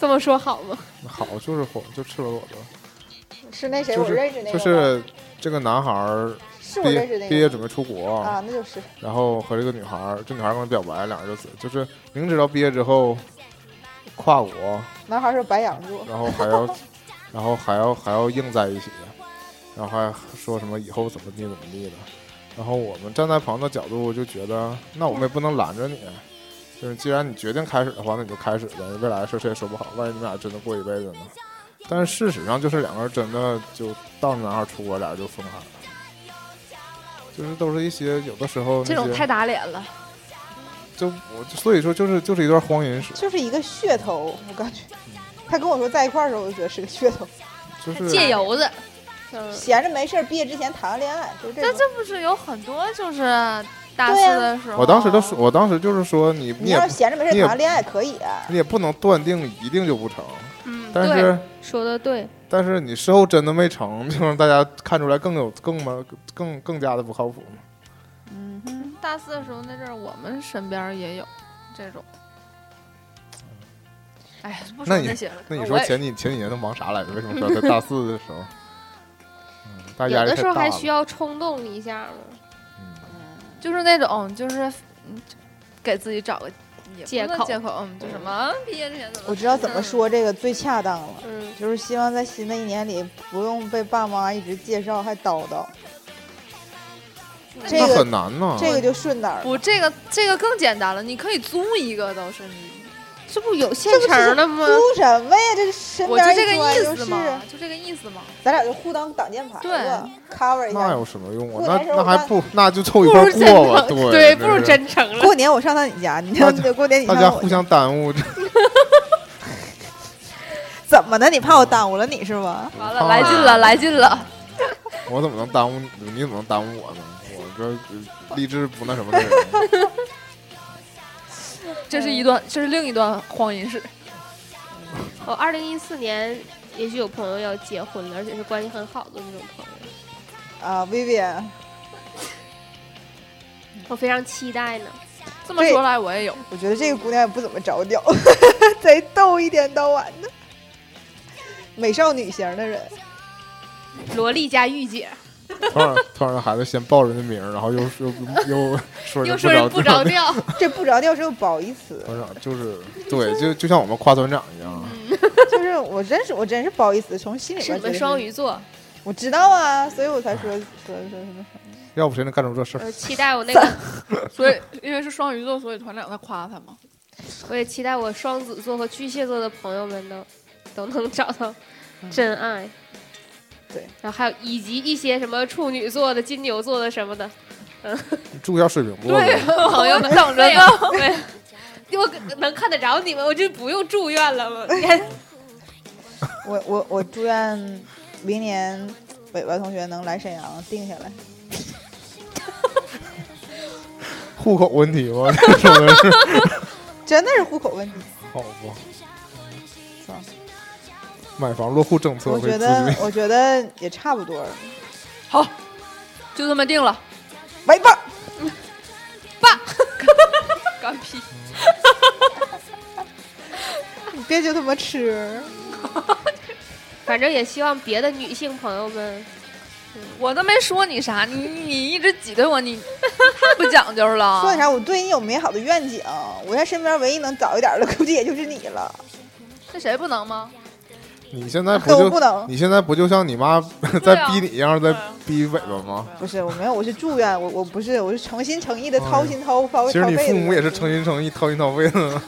这么说好吗？那好，就是荒，就赤裸裸的，是那谁，就我是认识那就个吗，是这个男孩儿是我毕认识那业个毕业吗准备出国，啊，那就是然后和这个女孩儿，这女孩儿跟他表白，两个人就就是明知道毕业之后跨国，男孩是白羊座，然后还要，然后还要还要硬在一起，然后还说什么以后怎么地怎么地的。然后我们站在朋友的角度就觉得，那我们也不能拦着你，就是既然你决定开始的话，那你就开始呗。未来的事谁也说不好，万一你们俩真的过一辈子呢？但是事实上就是两个人真的就到男孩出国，俩人就分开了。就是都是一些有的时候这那种些太打脸了。就我就所以说就是就是一段荒淫史，就是一个噱头，我感觉。嗯他跟我说在一块儿的时候，我就觉得是个噱头，就是借由子，嗯，闲着没事儿，毕业之前谈个恋爱，就是这那种。这不是有很多就是大四对啊的时候，我当时的说，我当时就是说你你也要是闲着没事你儿也谈个恋爱可以啊，你也不能断定一定就不成，嗯，但对，是说的对，但是你事后真的没成， 就让大家看出来更有更嘛更更加的不靠谱。嗯大四的时候那阵儿，我们身边儿也有这种。哎呀，不说那你些了。那你啊我说也前几前几年都忙啥来着？为什么说在大四的时候，嗯，大家有压力的太时候大还了。需要冲动一下嘛。嗯就是那种，就是嗯，给自己找个也不借算口借口，嗯，就什么毕业之前怎么，我知道怎么说这个最恰当了。嗯，就是希望在新的一年里不用被爸妈一直介绍还叨叨，这那个很难呢。这个就顺哪儿了。不，这个这个更简单了，你可以租一个都甚至，这不有现这不成的吗？租什么呀？这身我就边这个一桌意就思是，嘛，就这个意思嘛，咱俩就互当挡箭牌对吧，cover 一那下有。什么用啊？过那年时候那我还看不那就凑一块儿真诚过吧，对对，对，不如是真诚了。过年我上趟你家，你大看家过年你大家上我互家，相耽误。怎么的？你怕我耽误了你是吗？完了 来劲了，来劲了，啊我怎么能耽误你？你怎么能耽误我呢？我这呃励志不那什么的人。这是一段，这是另一段荒淫史，我二零一四年也许有朋友要结婚了，而且是关系很好的那种朋友，啊，Vivian，我非常期待呢。这么这说来我也有，我觉得这个姑娘也不怎么着调， 贼逗，一天到晚的。美少女型的人，萝莉加御姐，突然突然孩子先报人的名儿，然后又又又说又人说人不着着调， 这不着调是个褒义词，团长就是对，就就像我们夸团长一样，啊就是我真是我真是不好意思，从心里是边你觉得们是双鱼座，我知道啊，所以我才说说说什么。要不谁能干出这事儿？我期待我那个，所以因为是双鱼座，所以团长在夸他嘛，我也期待我双子座和巨蟹座的朋友们都都能找到真爱。对，然后还有以及一些什么处女座的、金牛座的什么的住校水平过了，啊朋友们，等着呢， 对，对我能看得着你们，我就不用住院了 吗？你看我我我祝愿明年尾巴同学能来沈阳定下来。户口问题吗？说的是真的是户口问题，好吧？算了，买房落户政策我会觉咨得询，我觉得也差不多了。好，就这么定了，尾巴， 干皮。你别就他妈吃，反正也希望别的女性朋友们，我都没说你啥，你你一直挤兑我，你 太不讲究了。说啥？我对你有美好的愿景，我在身边唯一能早一点的，估计也就是你了。那谁不能吗？你现在不可我就不能，你现在不就像你妈对在啊逼你一样，在对啊逼尾巴吗？ 不是，我没有，我是祝愿，我我不是，我是诚心诚意的掏心掏掏哦其实掏你肺。父母也是诚，心诚意掏心掏肺的，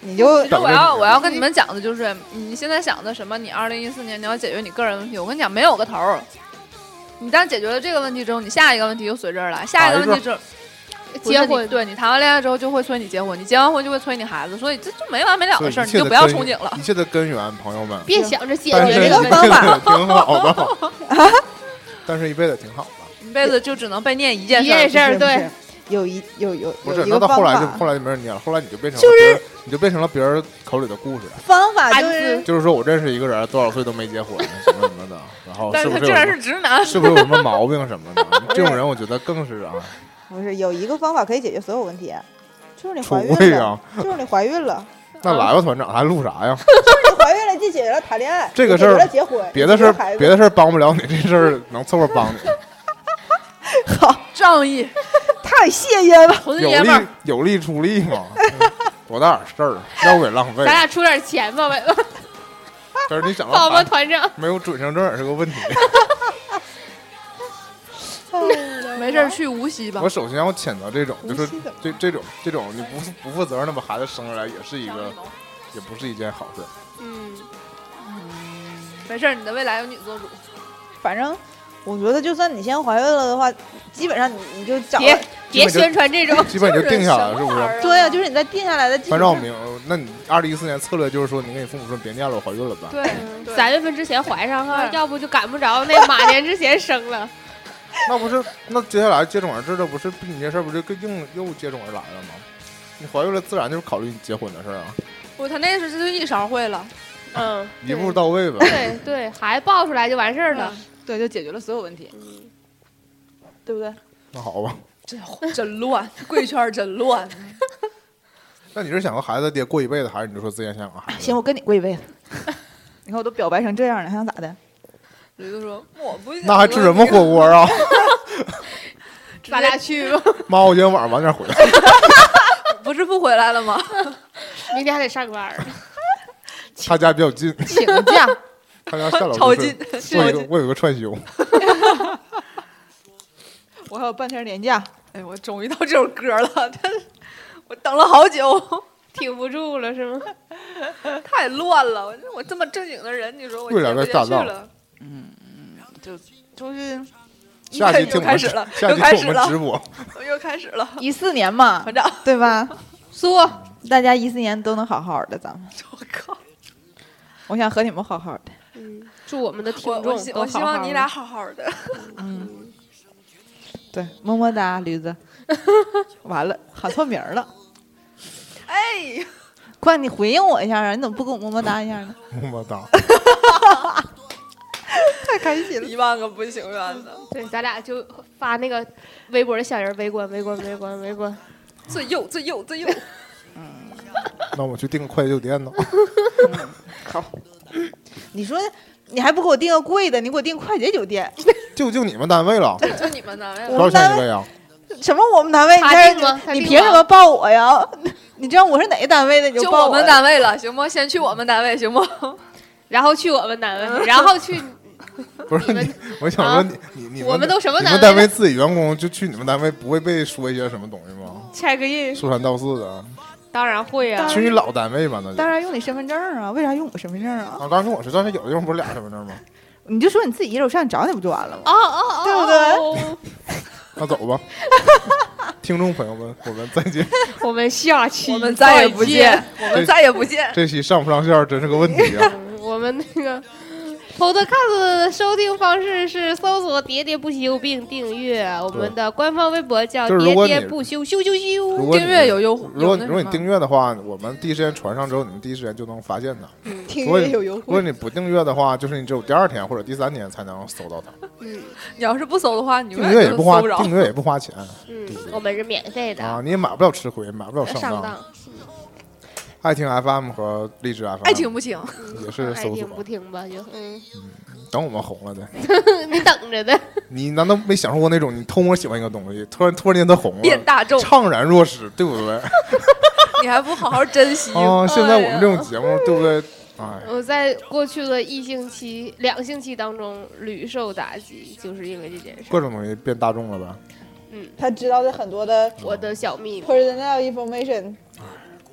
你就其实我等着要你我要跟你们讲的就是，你现在想的什么？你二零一四年你要解决你个人问题，我跟你讲没有个头儿。你当解决了这个问题之后，你下一个问题就随之而来，下一个问题之后不是结你婚对你谈完恋爱之后就会催你结婚，你结完婚就会催你孩子，所以这就没完没了所以的事儿，一你切就的不要根憧憬了。一切的根源，朋友们，别想着解单决身这一个辈问子题。方 法也挺好的，单身一辈子挺好的。一辈子就只能被念一件一事儿，件事儿，不是对，，有一有有不有是，一那个到方后来就法，后来就没人念了，后来你就变成了就别是人，你就变成了别人口里的故事。方法就暗是自就是说我认识一个人，多少岁都没结婚，什么什么 的，然后但是是不他是有什么竟然是直男，是不是有什么毛病什么 的？这种人我觉得更是啊，不是有一个方法可以解决所有问题，就是你出怀孕位了，啊！就是你怀孕了，那来吧，团长还录啥呀？你怀孕了就解决了谈恋爱，这个解决事儿了结婚，别的事解决了孩儿子别的事儿帮不了你，这事儿能凑合帮你。仗义太谢冤 了，纯有爷力们儿。有力出力嘛，嗯多大点事儿，啊要不给浪费咱。俩出点钱吧，伟吧，但是你想帮到我们孩子团长。没有准生证也是个 问题。哎没事儿去无锡吧我。首先要谴责这种，就无是锡怎么这这种这种你不不负责任的把孩子生下来，也是一个也不是一件好事。嗯，没事儿，你的未来由你做主。 反正我觉得，就算你先怀孕了的话，基本上你你就找别基本别就宣传这 哎种，基本就定下来了，是不是？对啊，就是你在定下来的基潘本兆上，明，那你二零一四年策略就是说，你跟你父母说别念了，我怀孕了吧？对，对三月份之前怀上哈，对要不就赶不着那马年之前生 了。那不是，那接下来接踵而至的不是你这事儿不是更硬又接踵而来了吗？你怀孕了，自然就是考虑你结婚的事儿啊，我他那时候就一勺烩了，嗯，一步到位吧。对对，孩子抱出来就完事儿了。对，就解决了所有问题，对不对？那好吧，真 真乱，贵圈儿真乱。那你是想和孩子爹过一辈子，还是你就说自己想要孩子？行，我跟你过一 辈子。你看我都表白成这样了，还想咋的？驴子说：“我不想。”那还吃什么火锅啊？咱俩去吧，妈，我今天晚上晚点回 来。不是不回来了吗？明天还得上班儿。 他家比较近，请 假，他家下楼超就是近，我超有一个近。我有一个串 休，我还有半天年假，哎，我终于到这首歌了，但是我等了好久，挺不住了是吗？太乱了。我这我这么正经的人，你说我未来接的不下大去道了。就是下期听又我开们始了，下又期开听始我们了直，播。 又开始 了。 一四年嘛团，长，对 吧？苏，大家一四年都能好好的， 咱们，我靠，我想和你们好好的。嗯，祝我们的听我众我希都我希好好望你的俩好好的。嗯，对，么么哒，驴 子。完了，喊错名儿了，哎，快你回应我一下啊！你怎么不跟我么么哒一下呢？么么哒，太开心了，一万个不情愿的，对，咱俩就发那个微博的小人儿围观围观围观围观。最右最右最右。那我去订个快捷酒店呢。你说你还不给我订个贵的，你给我订快捷酒店，就就你们单位了，就你们单位了我多少们钱单一个位呀？什么我们单位？你他在定吗他你定凭吗什么报我呀？ 你知道我是哪个单位的，你就报我们呀单位了，行不？先去我们单位，行不？然后去我们单 位，然后去不是你们啊你，我想说你你你们我们都什么你们单单位位自己员工就去你们单位不会被说一些什么东西吗？ check in，说三道四的，当然会啊当。去你老单位吧那就当。然用你身份证啊，为啥用我身份证啊？啊，刚跟我说，但是有的用不是俩身份证吗？你就说你自己一楼上找你不就完了吗？哦哦哦，对不对哦那走 吧，听众朋友们，我们再见。我们下期我们再也不见见。，我们再也不见。这期上不上线儿真是个问题啊！我们那个 Podcast 的收听方式是搜索“喋喋不休”并订阅我们的官方微博，叫“就是喋如果喋你不休”，休休如休。果你订阅有优惠，如果有那如果你什么订阅的话，我们第一时间传上之后，你们第一时间就能发现它。听所着以有优如果惠，你不订阅的话，就是你只有第二天或者第三天才能搜到它。你要是不搜的话，你订永远阅也就不花，搜不着订阅也不花钱嗯，我们是免费的，啊，你也买不了吃亏，买不了上上当。当，爱听 FM 和荔枝 FM，爱听 不听。也是爱搜听不索。听吧，就嗯，等我们红了再。你等着的。你难道没享受过那种你偷摸喜欢一个东西，突然突然间它红变了，大众，怅然若失，对不对？你还不好好珍惜？啊，现在我们这哎种呀节目，对不对？哎， 我在过去的一星期、两星期当中屡受打击，就是因为这件事。各种东西变大众了呗。他知道的很多的我的小秘密 personal information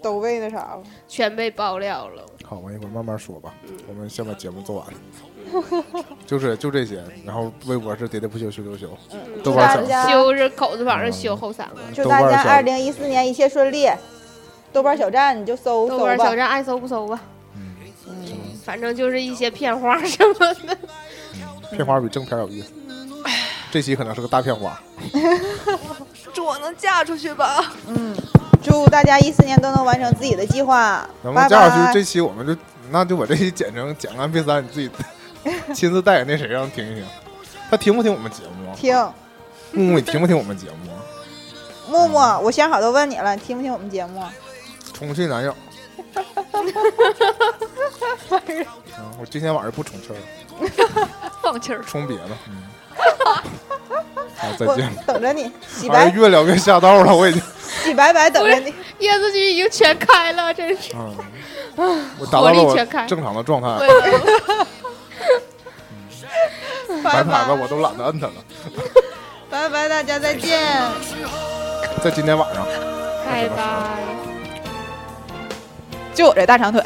都被那啥了。全被爆料了，好，我一会儿慢慢说吧。我们先把节目做完，就是就这些。然后微博是喋喋不休，休休休。豆瓣大小嗯家修是口字旁的修后三个。祝豆大瓣家小二零一四年一切顺利。豆瓣小站你就搜豆搜瓣吧，小站爱搜不搜吧，嗯反正就是一些片花什么的。 片花比正片有意思。这期可能是个大片花。祝我能嫁出去吧！祝大家一四年都能完成自己的计划。咱拜们加小拜区。这期我们就那就把这期剪成剪个 MP 三，你自 己亲自带给那谁让听一听。他听不听我们节目啊？听木木，你听不听我们节目啊？木木，我想好都问你了，你听不听我们节目？重庆男友。 啊！我今天晚上不重气儿了， 放气儿，重别的。 嗯、好，再我见。等着你，洗哎，白越聊越下道了，我已 经。洗白白等着你。椰子局已经全开了，真是。嗯，啊我达到了火力全我开正常的状态。拜白牌拜子我都懒得摁它了，拜拜，大家再见。在今天晚上。拜拜。就我这大长腿。